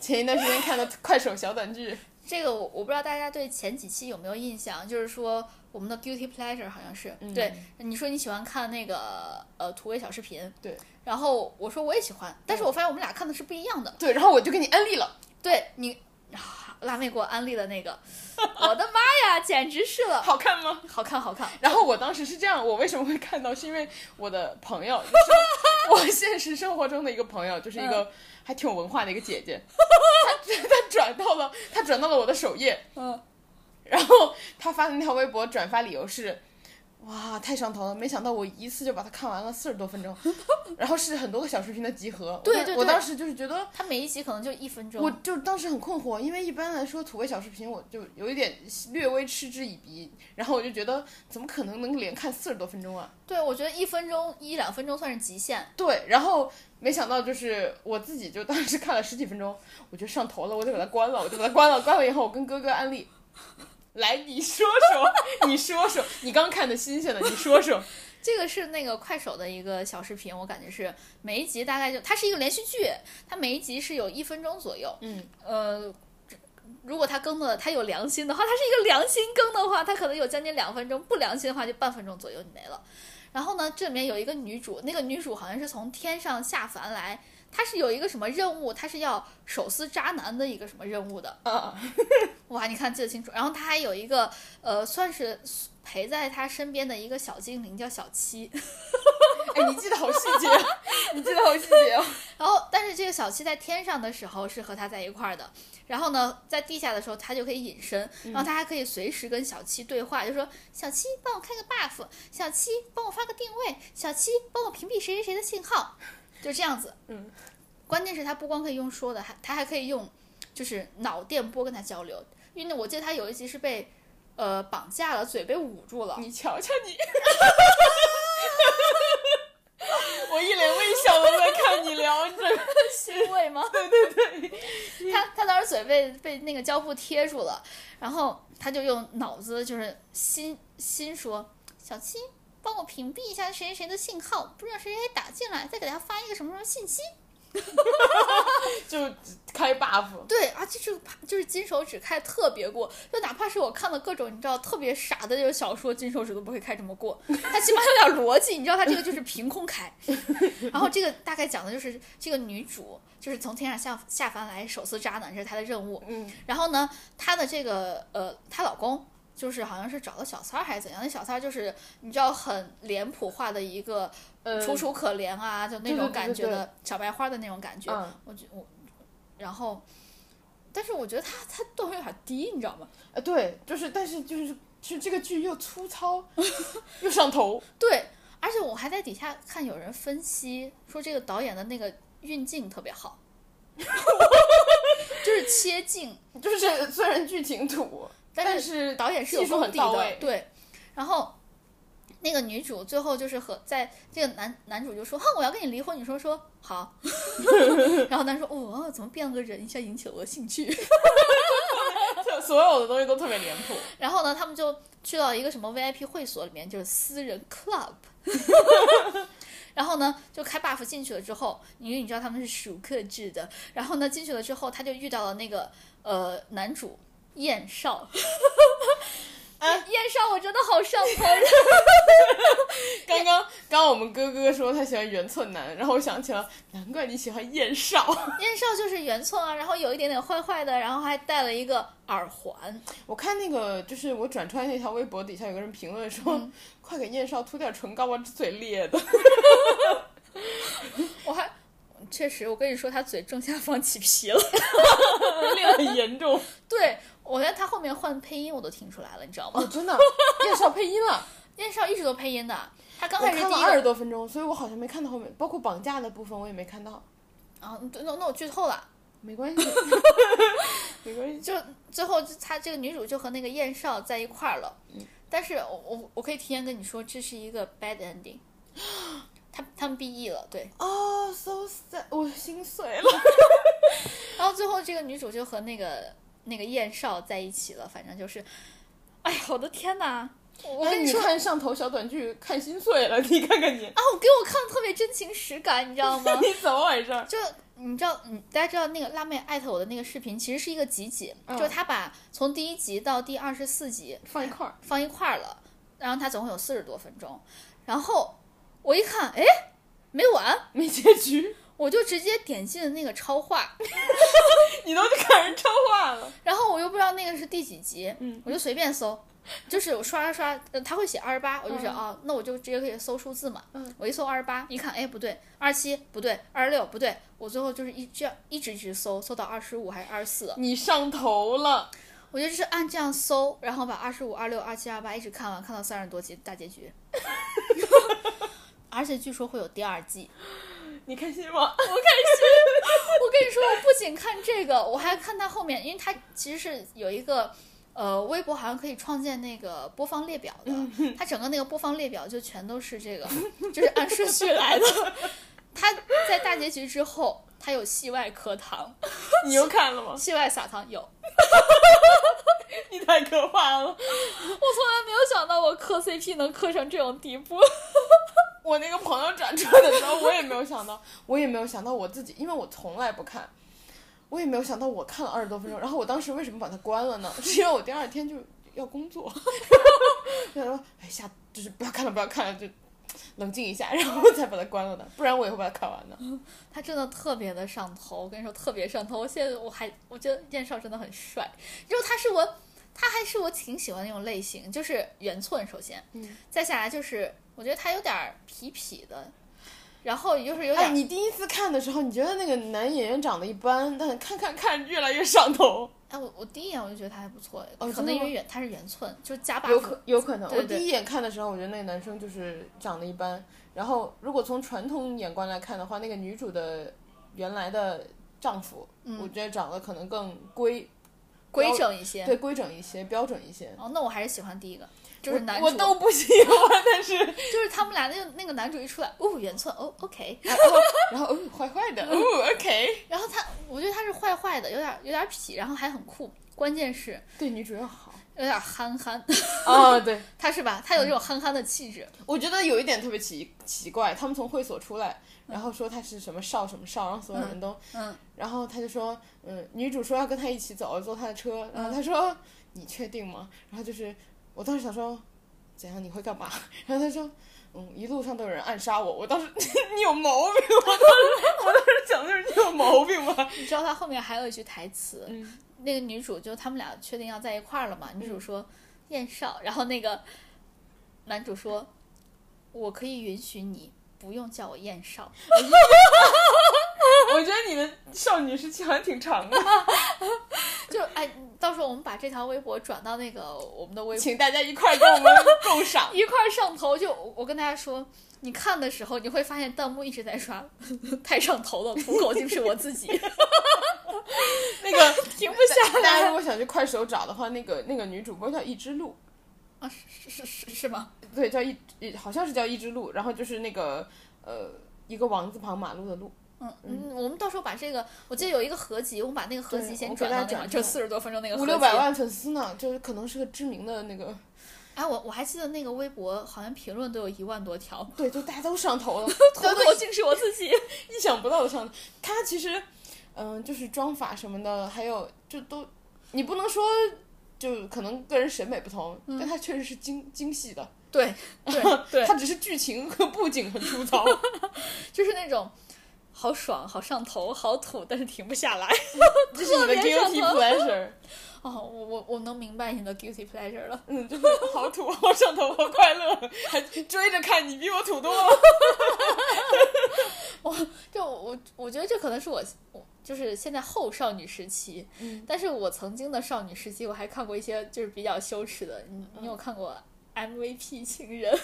S2: 前一段时间看的快手小短剧，
S1: 这个我我不知道大家对前几期有没有印象，就是说我们的 guilty pleasure 好像是、
S2: 嗯
S1: 对你说你喜欢看那个呃土味小视频，
S2: 对，
S1: 然后我说我也喜欢，但是我发现我们俩看的是不一样的。
S2: 对，然后我就给你安利了。
S1: 对你、啊辣妹给我安利的那 个，我的妈呀，简直是了，
S2: 好看吗？
S1: 好看好看。
S2: 然后我当时是这样，我为什么会看到？是因为我的朋友，就是 我现实生活中的一个朋友，就是一个还挺有文化的一个姐姐，她 她转到了她转到了我的首页，
S1: 嗯，
S2: 然后她发的那条微博转发理由是。哇，太上头了！没想到我一次就把它看完了四十多 分钟，然后是很多个小视频的集合。我
S1: 对
S2: 当
S1: 对
S2: 我
S1: 对
S2: 当时就是觉得
S1: 它每一集可能就一分钟。
S2: 我就当时很困惑，因为一般来说土味小视频，我就有一点略微嗤之以鼻，然后我就觉得怎么可能能连看四十多分钟啊？
S1: 对，我觉得一分钟一两分钟算是极限。
S2: 对，然后没想到就是我自己就当时看了十几分钟，我觉得上头了，我就把它关了，我就把它关了，关了以后我跟哥哥安利。来，你说说，你说说，你刚看的新鲜的，你说说。
S1: 这个是那个快手的一个小视频，我感觉是每一集大概就它是一个连续剧，它每一集是有一分钟左右。
S2: 嗯，
S1: 呃，如果它更的它有良心的话，它是一个良心更的话，它可能有将近两分钟；不良心的话，就半分钟左右你没了。然后呢，这里面有一个女主，那个女主好像是从天上下凡来，她是有一个什么任务，她是要手撕渣男的一个什么任务的。
S2: 啊，
S1: 哇，你看记得清楚。然后他还有一个呃，算是陪在他身边的一个小精灵，叫小七。
S2: 哎，你记得好细节啊，你记得好细节哦。
S1: 然后，但是这个小七在天上的时候是和他在一块儿的，然后呢，在地下的时候他就可以隐身，然后他还可以随时跟小七对话，就说小七帮我开个 buff，小七帮我发个定位，小七帮我屏蔽谁谁谁的信号，就这样子。
S2: 嗯，
S1: 关键是他不光可以用说的，还他还可以用就是脑电波跟他交流，因为我记得他有一集是被。呃，绑架了，嘴被捂住了，
S2: 你瞧瞧你，我一脸微笑的在看你聊着，
S1: 欣慰吗？ 对对对，他他当时嘴被被那个胶布贴住了，然后他就用脑子就是心心说小七。帮我屏蔽一下谁谁谁的信号，不知道谁谁谁打进来，再给他发一个什么什么信息。
S2: 就开 buff。
S1: 对啊，就是就是金手指开得特别过，就哪怕是我看的各种你知道特别傻的那种小说，金手指都不会开这么过，它起码有点逻辑，你知道它这个就是凭空开。 然后这个大概讲的就是这个女主就是从天上下下凡来手撕渣男，这是她的任务。
S2: 嗯，
S1: 然后呢，她的这个呃，她老公就是好像是找了小三儿还是怎样，那小三儿就是你知道很脸谱化的一个
S2: 呃
S1: 楚楚可怜啊，就那
S2: 对
S1: 种
S2: 对
S1: 感
S2: 对
S1: 觉
S2: 对
S1: 的小白花的那种感觉。
S2: 嗯
S1: 我觉我，然后，但是我觉得他他段位有点低，你知道吗？
S2: 呃，对，就是，但是就是，是这个剧又粗糙又上头。
S1: 对，而且我还在底下看有人分析说这个导演的那个运镜特别好， 就是切镜，
S2: 就是虽然剧情土，
S1: 但
S2: 但
S1: 是
S2: 是
S1: 导演是有
S2: 技术
S1: 功
S2: 很
S1: 底
S2: 到
S1: 的
S2: 位，。
S1: 对。然后那个女主最后就是和在这个男男主就说：“哼，我要跟你离婚。”你说说好， 然后男主说：“哦，怎么变了个人，一下引起了我的兴趣。”
S2: 所所有的东西都特别脸谱。
S1: 然后呢，他们就去到一个什么 VIP 会所里面，就是私人 club。然后呢，就开 buff 进去了之后，因为你知道他们是熟客制的。然后呢，进去了之后，他就遇到了那个呃男主燕
S2: 啊
S1: 少。
S2: 哎
S1: 燕少，我真的好上头。
S2: 刚刚刚刚我们哥哥说他喜欢圆寸男，然后我想起了，难怪你喜欢燕少。
S1: 燕少就是原创啊，然后有一点点坏坏的，然后还戴了一个耳环。
S2: 我看那个就是我转传那条微博底下有个人评论说，
S1: 嗯
S2: 快给燕少涂点唇膏吧，这嘴 裂的。
S1: 我还确实，我跟你说，他嘴正下方起皮了。
S2: 练很严重。
S1: 对，我连他后面换配音我都听出来了，你知道吗？
S2: 哦，真的，燕少配音了，
S1: 燕少一直都配音的，他刚
S2: 我
S1: 开始
S2: 看
S1: 第
S2: 了
S1: 一
S2: 二
S1: 个，
S2: 十多分钟，所以我好像没看到后面，包括绑架的部分我也没看到。
S1: 啊，对那那我剧透了，
S2: 没 关系，没关系。
S1: 就最后就她这个女主就和那个燕少在一块儿了。
S2: 嗯
S1: 但是我我我可以提前跟你说，这是一个 bad ending。他他们 BE 了，对。
S2: 哦、s o sad，我心碎了。
S1: 然后最后这个女主就和那个那个燕少在一起了，反正就是，哎呀，我的天哪！我
S2: 哎
S1: 跟
S2: 你
S1: 说啊，
S2: 看上头小短剧看心碎了， 你看看你，
S1: 我哦给我看的特别真情实感，你知道吗？
S2: 你怎么回事儿？
S1: 就你知道，嗯，大家知道那个辣妹艾特我的那个视频，其实是一个集锦，就是她把从第一集到第二十四集
S2: 嗯放一块儿，
S1: 放一块儿了，然后它总共有四十多分钟。然后我一看，哎，没完，
S2: 没结 局，
S1: 我就直接点进了那个超话，
S2: 你都去看人超话了。
S1: 然后我又不知道那个是第几集，
S2: 嗯
S1: 我就随便搜，就是我刷刷刷，呃他会写二十八，我就想、
S2: 嗯
S1: 啊，那我就直接可以搜数字嘛，
S2: 嗯
S1: 我一搜二十八，一看，哎，不对，二十七不对，二十六不对，我最后就是一这样一直一直搜，搜到二十五还是二十四，
S2: 你上头了，
S1: 我就是按这样搜，然后把二十五、二六、二七、二八一直看完，看到三十多集大结局， 而且据说会有第二季。
S2: 你开心吗？
S1: 我跟你说，我不仅看这个，我还看它后面，因为它其实是有一个。呃，微博好像可以创建那个播放列表的，它整个那个播放列表就全都是这个，就是按顺序来的。 它在大结局之后，它有戏外课堂，
S2: 你又看了吗？
S1: 戏外撒糖有。我
S2: 你太可怕
S1: 从
S2: 了！
S1: 来没有想到我磕 CP 能磕成这种地步。
S2: 我那个朋友转车的时候，我也没有想到，我也没有想到我自己，因为我从来不看，我也没有想到我看了二十多分钟。然后我当时为什么把它关了呢？ 是因为我第二天就要工作， 然后我想说哎下就是不要看了，不要看了，就冷静一下，然后才把它关了的，不然我也会把它看完的。
S1: 他真的特别的上头，我跟你说特别上头。我现在我还我觉得燕少真的很帅，就是他是我，他还是我挺喜欢的那种类型，就是圆寸首先，
S2: 嗯，
S1: 再下来就是我觉得他有点儿痞痞的，然后也就是有点
S2: 哎，
S1: 儿、
S2: 你第一次看的时候，你觉得那个男演员长得一般，但看看看越来越上头，
S1: 哎，我我第一眼我就觉得他还不错，
S2: 哦
S1: 可
S2: 真的
S1: 能因
S2: 吗
S1: 为圆他是圆寸，就是加 buff，
S2: 有可有可能，
S1: 对
S2: 我
S1: 对
S2: 第一眼看的时候，我觉得那个男生就是长得一般。然后，如果从传统眼光来看的话，那个女主的原来的丈夫，
S1: 嗯
S2: 我觉得长得可能更规
S1: 规整一些。
S2: 对规整一些，标准一些。
S1: 哦，那我还是喜欢第一个，就是
S2: 我
S1: 男
S2: 我
S1: 主，
S2: 都不喜欢，但是
S1: 就是他们俩那个那个男主一出来，哦，圆寸，哦，OK，
S2: 然后哦，坏坏的，哦，OK，
S1: 然后他，我觉得他是坏坏的，有点儿有点儿痞，然后还很酷，关键是。
S2: 对女主要好。
S1: 有点憨憨，
S2: 啊，对，
S1: 他是吧？他有这种憨憨的气质。
S2: 我觉得有一点特别奇奇怪，他们从会所出来，然后说她是什么少什么少，然后所有人都
S1: 嗯，
S2: 然后他就说，嗯，女主说要跟他一起走，坐他的车，然后他说，嗯你确定吗？然后就是，我当时想说，怎样你会干嘛？ 然后他说，嗯，一路上都有人暗杀我，我当时 你有毛病，我当时我当时想的是你有毛病吧？
S1: 你知道他后面还有一句台词，
S2: 嗯
S1: 那个女主就他们俩确定要在一块儿了嘛？女主说燕少，然后那个男主说，我可以允许你不用叫我燕少。
S2: 我觉得你的少女时期好像挺长的，
S1: 就哎，到时候我们把这条微博转到那个我们的微博。
S2: 请大家一块儿跟我们共赏。
S1: 一块儿上头就我我跟大家说，你看的时候你会发现弹幕一直在刷， 太上头了，土狗竟是我自己，
S2: 那个
S1: 停不
S2: 大
S1: 下
S2: 大家如
S1: 来。
S2: 果想去快手找的话，那个那个女主播叫一之路，
S1: 啊，是是是是吗？
S2: 对，叫一一好像是叫一之路，然后就是那个呃一个王字旁马路的路。
S1: 嗯，嗯，我们到时候把这个，我记得有一个合集，我们把那个合集
S2: 对
S1: 先
S2: 我
S1: 转
S2: 给
S1: 到
S2: 大
S1: 那
S2: 家
S1: 个，
S2: 转
S1: 就
S2: 转
S1: 四十多分钟那个合
S2: 五
S1: 集。
S2: 六百。万粉丝呢，就是可能是个知名的那个，
S1: 哎，我我还记得那个微博好像评论都有一万多 条，
S2: 对，就大家都 上头了，
S1: 头
S2: 大家
S1: 头
S2: 都
S1: 竟是我自己。
S2: 意想不到的上头。他其实，嗯、就是妆法什么的，还有就都，你不能说就可能个人审美不同，但他确实是精精细的，
S1: 对 对嗯对，
S2: 他只是剧情和布景很 粗糙。
S1: 就是那种好爽、好上头、好土，但是停不 下来。
S2: 这是你的
S1: 特别上头
S2: guilty pleasure，
S1: 哦，我我我能明白你的 guilty pleasure 了。
S2: 嗯，就是好土，好上头，好快乐，还追着看，你比我土多了。
S1: 就我我觉得这可能是我我就是现在后少女时期，
S2: 嗯
S1: 但是我曾经的少女时期，
S2: 嗯
S1: 我还看过一些就是比较羞耻的。你你有看过 MVP 情人？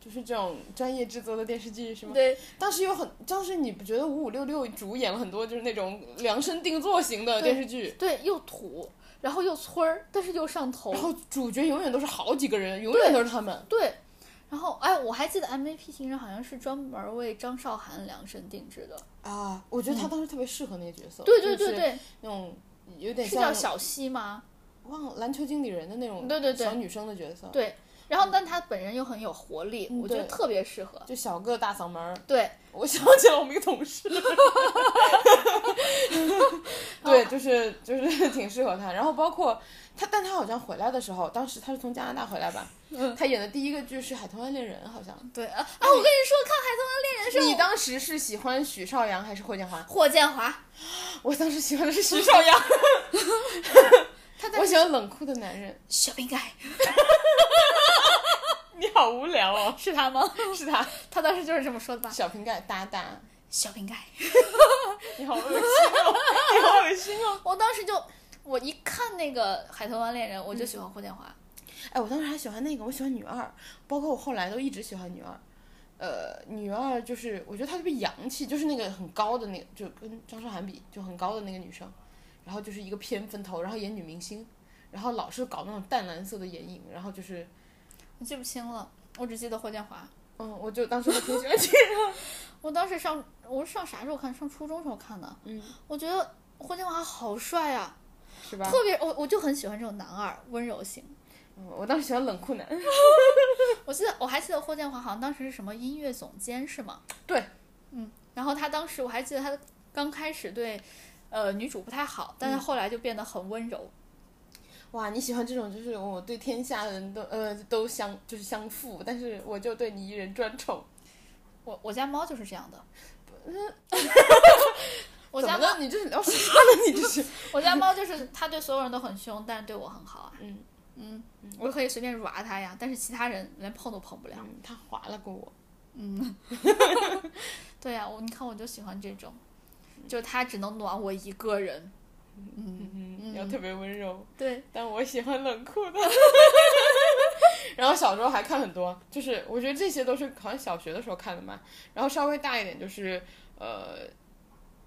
S2: 就是这种专业制作的电视剧是吗？
S1: 对，
S2: 当时有很，当时你不觉得五五六六主演了很多就是那种量身定做型的电视剧，
S1: 对，又土，然后又村儿，但是又上头
S2: 然。后主角永远都是好几个人，永远都是他们。
S1: 对，然后哎，我还记得 MVP 情人好像是专门为张韶涵量身定制的。
S2: 啊，我觉得他当时特别适合那个角色，
S1: 嗯对对对
S2: 就是
S1: 对，
S2: 那种有点
S1: 是叫
S2: 像
S1: 小溪吗？
S2: 忘了篮球经理人的那种
S1: 对对对
S2: 小女生的角色，
S1: 对。然后，但她本人又很有活力，
S2: 嗯
S1: 我觉得
S2: 对
S1: 特别适合。
S2: 就小个大嗓门儿。
S1: 对，
S2: 我想起了我们一个同 事，对，就是就是 挺适合他。然后包括他，但他好像回来的时候，当时他是从加拿大回来吧？
S1: 嗯
S2: 他演的第一个剧是《海豚湾恋人》，好像。
S1: 对啊啊！我跟你说，看《海豚湾恋人》
S2: 你
S1: 是
S2: 当时是喜欢许绍洋还是霍建华？
S1: 霍建华，
S2: 我当时喜欢的是许绍洋，
S1: 他
S2: 我
S1: 在
S2: 喜欢冷酷的男人。
S1: 小饼干
S2: 你好无聊哦，
S1: 是他吗？
S2: 是他
S1: 他当时就是这么说的吧？
S2: 小瓶盖哒哒，
S1: 小饼干，
S2: 你好恶心哦，你好恶心哦。
S1: 我当时就我一看那个《海豚湾恋人》，
S2: 嗯
S1: 我就喜欢霍建华。
S2: 哎，我当时还喜欢那个，我喜欢女二，包括我后来都一直喜欢女二。呃，女二就是我觉得她特别洋气，就是那个很高的那个，就跟张韶涵比就很高的那个女生，然后就是一个偏分头，然后演女明星，然后老是搞那种淡蓝色的眼影，然后就是，
S1: 我记不清了，我只记得霍建华。
S2: 嗯，我就当时就挺喜欢 这
S1: 我当时上我是上啥时候看？上初中时候看的。
S2: 嗯，
S1: 我觉得霍建华好帅啊，
S2: 是吧？
S1: 特别我我就很喜欢这种男二温柔型。
S2: 嗯我当时喜欢冷酷男，
S1: 我记得我还记得霍建华好像当时是什么音乐总监是吗？
S2: 对，
S1: 嗯，然后他当时我还记得他刚开始对。呃，女主不太好，但是
S2: 嗯
S1: 后来就变得很温柔。
S2: 哇，你喜欢这种就是我对天下人都呃都相就是相负，但是我就对你一人专宠。
S1: 我我家猫就是这 样的。我
S2: 怎
S1: 家
S2: 么
S1: 猫，
S2: 了？你这是聊啥呢？你这是
S1: 我家猫就是它对所有人都很凶，但是对我很好啊。
S2: 嗯
S1: 嗯，我可以随便耍它呀，但是其他人连碰都碰不了。
S2: 嗯，他划了过我。
S1: 对呀、我你看我就喜欢这种，就他只能暖我一个人。嗯，
S2: 嗯，要特别温柔，
S1: 对，
S2: 但我喜欢冷酷 的。然后小时候还看很多，就是我觉得这些都是好像小学的时候看的嘛。然后稍微大一点就是呃，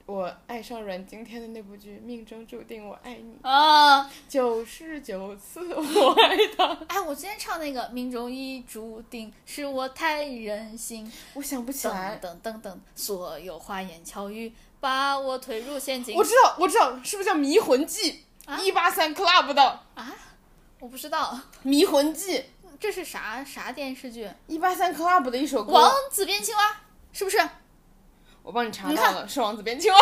S2: 我爱上阮经天的那部剧《命中注定我爱你
S1: 啊，》，
S2: 九十九次我爱 他。
S1: 哎，我今天唱那个《命中已注定》，是我太任性，
S2: 我想不起来
S1: 噔，噔噔噔，所有花言巧语把我推入陷阱
S2: 我。知道，我知道，是不是叫《迷魂记》
S1: 啊
S2: 一八三 Club 的
S1: 我不知道
S2: 《迷魂记》
S1: 这是啥啥电视剧，《
S2: 一八三 Club 的一首歌。
S1: 王子变青蛙》是不是？
S2: 我帮你查
S1: 哦你
S2: 到
S1: 看
S2: 了，是王子变青蛙。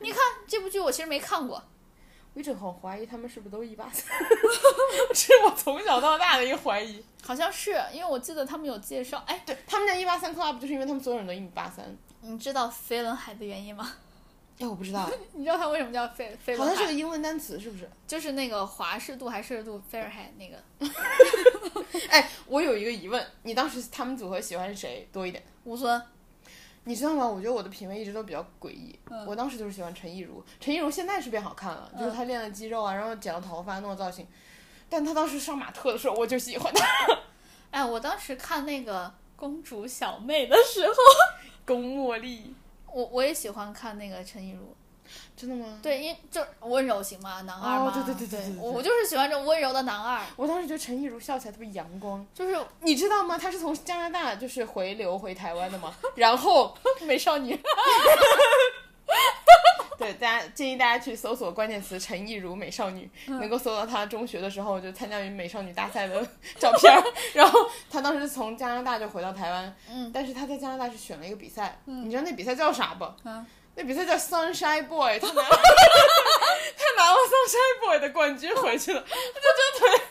S1: 你看这部剧我其实没看过，
S2: 我一直很怀疑他们是不是都一八三， 这是我从小到大的一个怀疑。
S1: 好像是因为我记得他们有介绍。哎，
S2: 对，他们在一八三 Club 就是因为他们所有人都一米八三。
S1: 你知道飞轮海的原因吗？
S2: 哎，我不知道，
S1: 你知道它为什么叫飞飞
S2: 好
S1: 轮海？
S2: 像是个英文单词，是不是？
S1: 就是那个华氏度还是摄氏度 Fahrenheit 那个，
S2: 哎，我有一个疑问，你当时他们组合喜欢谁多一点？
S1: 吴尊
S2: 你知道吗？我觉得我的品味一直都比较诡异。
S1: 嗯
S2: 我当时就是喜欢陈亦儒，陈亦儒现在是变好看了，就是她练了肌肉啊，然后剪了头发，弄了造型。但她当时上马特的时候，我就喜 欢她。
S1: 哎，我当时看那个公主小妹的时候，
S2: 龚茉莉，
S1: 我我也喜欢看那个陈亦儒，
S2: 真的吗？
S1: 对，因为就是温柔型嘛，男二嘛，
S2: 哦对对对对对对
S1: 我我就是喜欢这种温柔的男二，
S2: 我当时觉得陈亦儒笑起来特别阳光。
S1: 就是
S2: 你知道吗？他是从加拿大就是回流回台湾的嘛，然后
S1: 美少女，
S2: 对大家建议大家去搜索关键词“陈亦儒美少女”，
S1: 嗯
S2: 能够搜到她中学的时候就参加于美少女大赛的照 片儿。然后她当时是从加拿大就回到台湾，
S1: 嗯
S2: 但是她在加拿大是选了一个比赛，你知道那比赛叫啥不？
S1: 啊
S2: 那比赛叫 Sunshine Boy，她拿 她拿了 Sunshine Boy 的冠军回去了，我就觉得特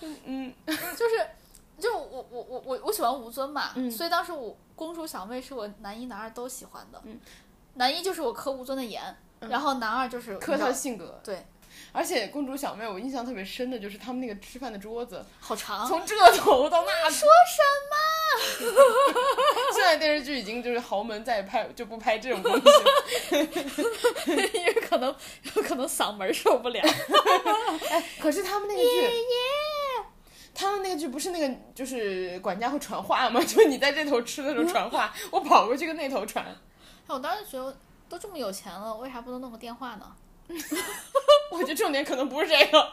S2: 别，嗯，
S1: 就是就我我我我我喜欢吴尊嘛，
S2: 嗯
S1: 所以当时我公主小妹是我男一男二都喜欢的，
S2: 嗯
S1: 男一就是我磕吴尊的颜，
S2: 嗯
S1: 然后男二就是
S2: 磕她的性格。
S1: 对，
S2: 而且公主小妹，我印象特别深的就是他们那个吃饭的桌子，
S1: 好长，
S2: 从这头到那头。说什 么？现在电视剧已经就是豪门再拍就不拍这种东西了。
S1: 因为可能有可能嗓门受不了。
S2: 哎，可是他们那个剧，他们那个剧不是那个就是管家会传话吗？ 就是你在这头吃的
S1: 嗯
S2: 时候传话，我跑过去跟那头传。
S1: 哎我当时觉得都这么有钱了，为啥不能弄个电话呢？
S2: 我觉得重点可能不是这 个，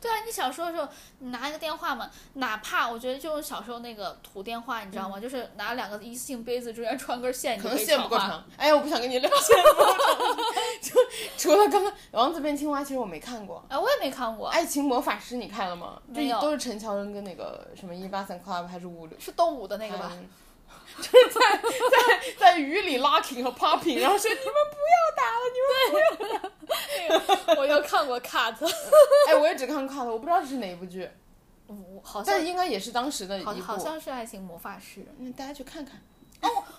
S1: 对啊，你小时候的时候，你拿一个电话嘛，哪怕我觉得就用小时候那个土电话，你知道吗？就是拿两个一次性杯子中间穿根线，你
S2: 嗯可
S1: 就
S2: 能
S1: 以
S2: 线不够
S1: 传话。
S2: 长。哎呀，我不想跟你聊线不够长 的事。就除了刚刚《王子变青蛙》，其实我没看过。
S1: 哎，我也没看过，
S2: 《爱情魔法师》你看了吗？就
S1: 没有
S2: 都是陈乔恩跟那个什么一八三 club 还是五六
S1: 是动物的那个吧？
S2: 嗯 就是在在在雨里 locking 和 popping，然后说 你们不要打了，你们。
S1: 我又看过 cut，
S2: 哎，我也只看 cut，我不知道这是哪一部剧，
S1: 嗯好像
S2: 但应该也是当时的一
S1: 好
S2: 部。
S1: 好像是爱情魔法师。
S2: 嗯大家去看看。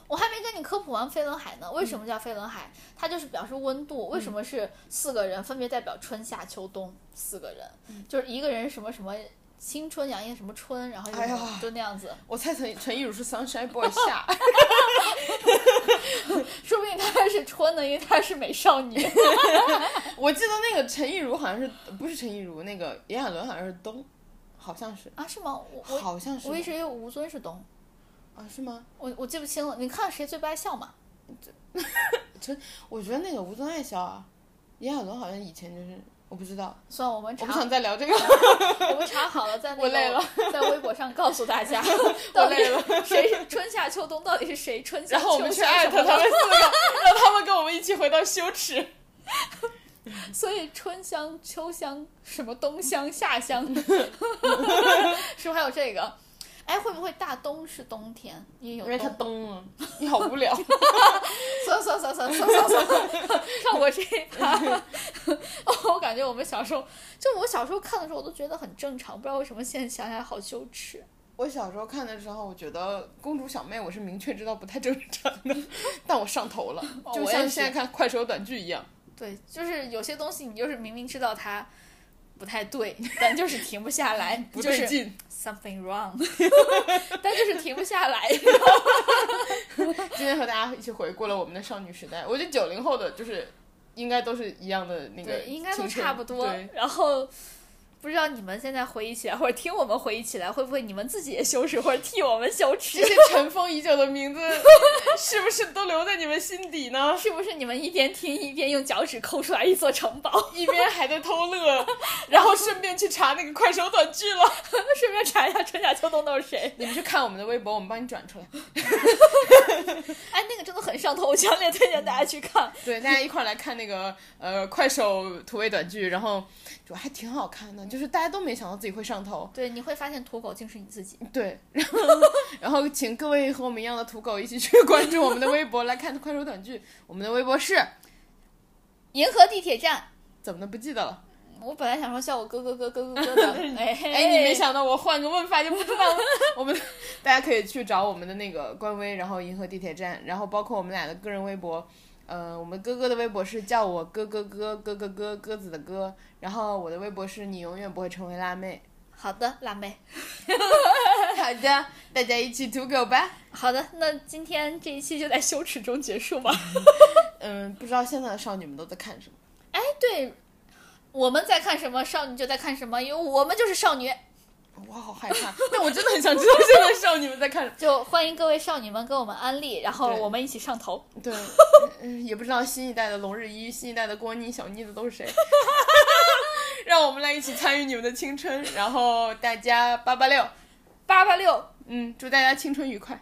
S1: 我还没跟你科普完飞轮海呢，为
S2: 嗯
S1: 什么叫飞轮海？它就是表示温度。为什么是四个人，分别代表春夏秋冬四个人？
S2: 嗯
S1: 就是一个人什么什么青春洋溢什么春，然后就
S2: 哎呀
S1: 就那样子。
S2: 我猜陈陈亦儒是 Sunshine Boy 夏，
S1: 说不定她是春呢，因为她是美少女。
S2: 我记得那个陈亦儒好像是不是陈亦儒，那个炎亚纶好像是冬，好像是，
S1: 啊，是吗？我我
S2: 好像是
S1: 我一直以为吴尊是冬，
S2: 啊是吗？
S1: 我我记不清了。你看谁最不爱笑嘛？
S2: 我觉得那个吴尊爱笑啊，炎亚纶好像以前就是我不知道，
S1: 算了我们
S2: 我不
S1: 查，
S2: 想再聊这个。
S1: 我们查好了， 在那
S2: 我累了
S1: 个在微博上告诉大 家，到底
S2: 累
S1: 谁是春夏秋冬，到底是谁春夏
S2: 然
S1: 秋
S2: 后我们去
S1: 夏
S2: 艾
S1: 什
S2: 特
S1: 么
S2: 他
S1: 的
S2: 们四个， 让他们跟我们一起回到羞耻。
S1: 所以春香、秋香、什么冬香、夏 香，是不是还有这个？哎，会不会大冬是冬天？因
S2: 因
S1: 为
S2: 为
S1: 有
S2: 他
S1: 冬。
S2: 冬了，你好无 聊。
S1: 算算算算算算算，跳过这一趴。 哦，我感觉我们小时候，就我小时候看的时候，我都觉得很正常，不知道为什么现在想起来好羞耻。
S2: 我小时候看的时候，我觉得《公主小妹》我是明确知道不太正常 的，但我上头了，
S1: 哦
S2: 就
S1: 我也
S2: 像
S1: 是
S2: 现在看快手短剧一样。
S1: 对，就是有些东西你就是明明知道它不太对，但就是停不下来，
S2: 不
S1: 就
S2: 对
S1: 是
S2: 劲，
S1: something wrong，但就是停不下来。
S2: 今天和大家一起回顾了我们的少女时代。我觉得九零后的就是应该都是一样的那个
S1: 对，
S2: 青春，
S1: 应该都差不多
S2: 对。
S1: 然后。不知道你们现在回忆起来，或者听我们回忆起来，会不会你们自己也羞耻，或者替我们羞耻
S2: 这？些尘封已久的名 字，是不是都留在你们心底呢？
S1: 是不是你们一边听一边用脚趾抠出来一座城堡？
S2: 一边还在偷乐，然后顺便去查那个快手短剧了。
S1: 顺便查一下春夏秋冬都是谁？
S2: 你们去看我们的微博，我们帮你转出来。
S1: 哎，那个真的很上头，我强烈推荐大家去看。
S2: 对，大家一块儿来看那个呃快手土味短剧，然后主要还挺好看的，就是大家都没想到自己会上头。
S1: 对，你会发现土狗竟是你自己。
S2: 对，然后然后请各位和我们一样的土狗一起去关注我们的微博，来看快手短剧。我们的微博是
S1: 银河地铁站，
S2: 怎么的不记得了？
S1: 我本来想说笑我哥哥哥哥哥哥的， 哎
S2: 哎，你没想到我换个问法就不知道了。我们大家可以去找我们的那个官微，然后银河地铁站，然后包括我们俩的个人微博。呃，我们哥哥的微博是叫我哥哥哥哥哥哥鸽子的哥，然后我的微博是你永远不会成为辣妹。
S1: 好的，辣妹。
S2: 好的，大家一起土狗吧。
S1: 好的，那今天这一期就在羞耻中结束吧。
S2: 嗯，不知道现在的少女们都在看什么。
S1: 哎，对，我们在看什么，少女就在看什么，因为我们就是少女。
S2: 我好害怕， 但我真的很想知道现在少女们在看什么。
S1: 就欢迎各位少女们跟我们安利，然后
S2: 对
S1: 我们一起上头。
S2: 对，嗯，也不知道新一代的龙日一、新一代的郭妮、小妮子都是谁。让我们来一起参与你们的青春，然后大家八八六，
S1: 八八六。
S2: 嗯，祝大家青春愉快。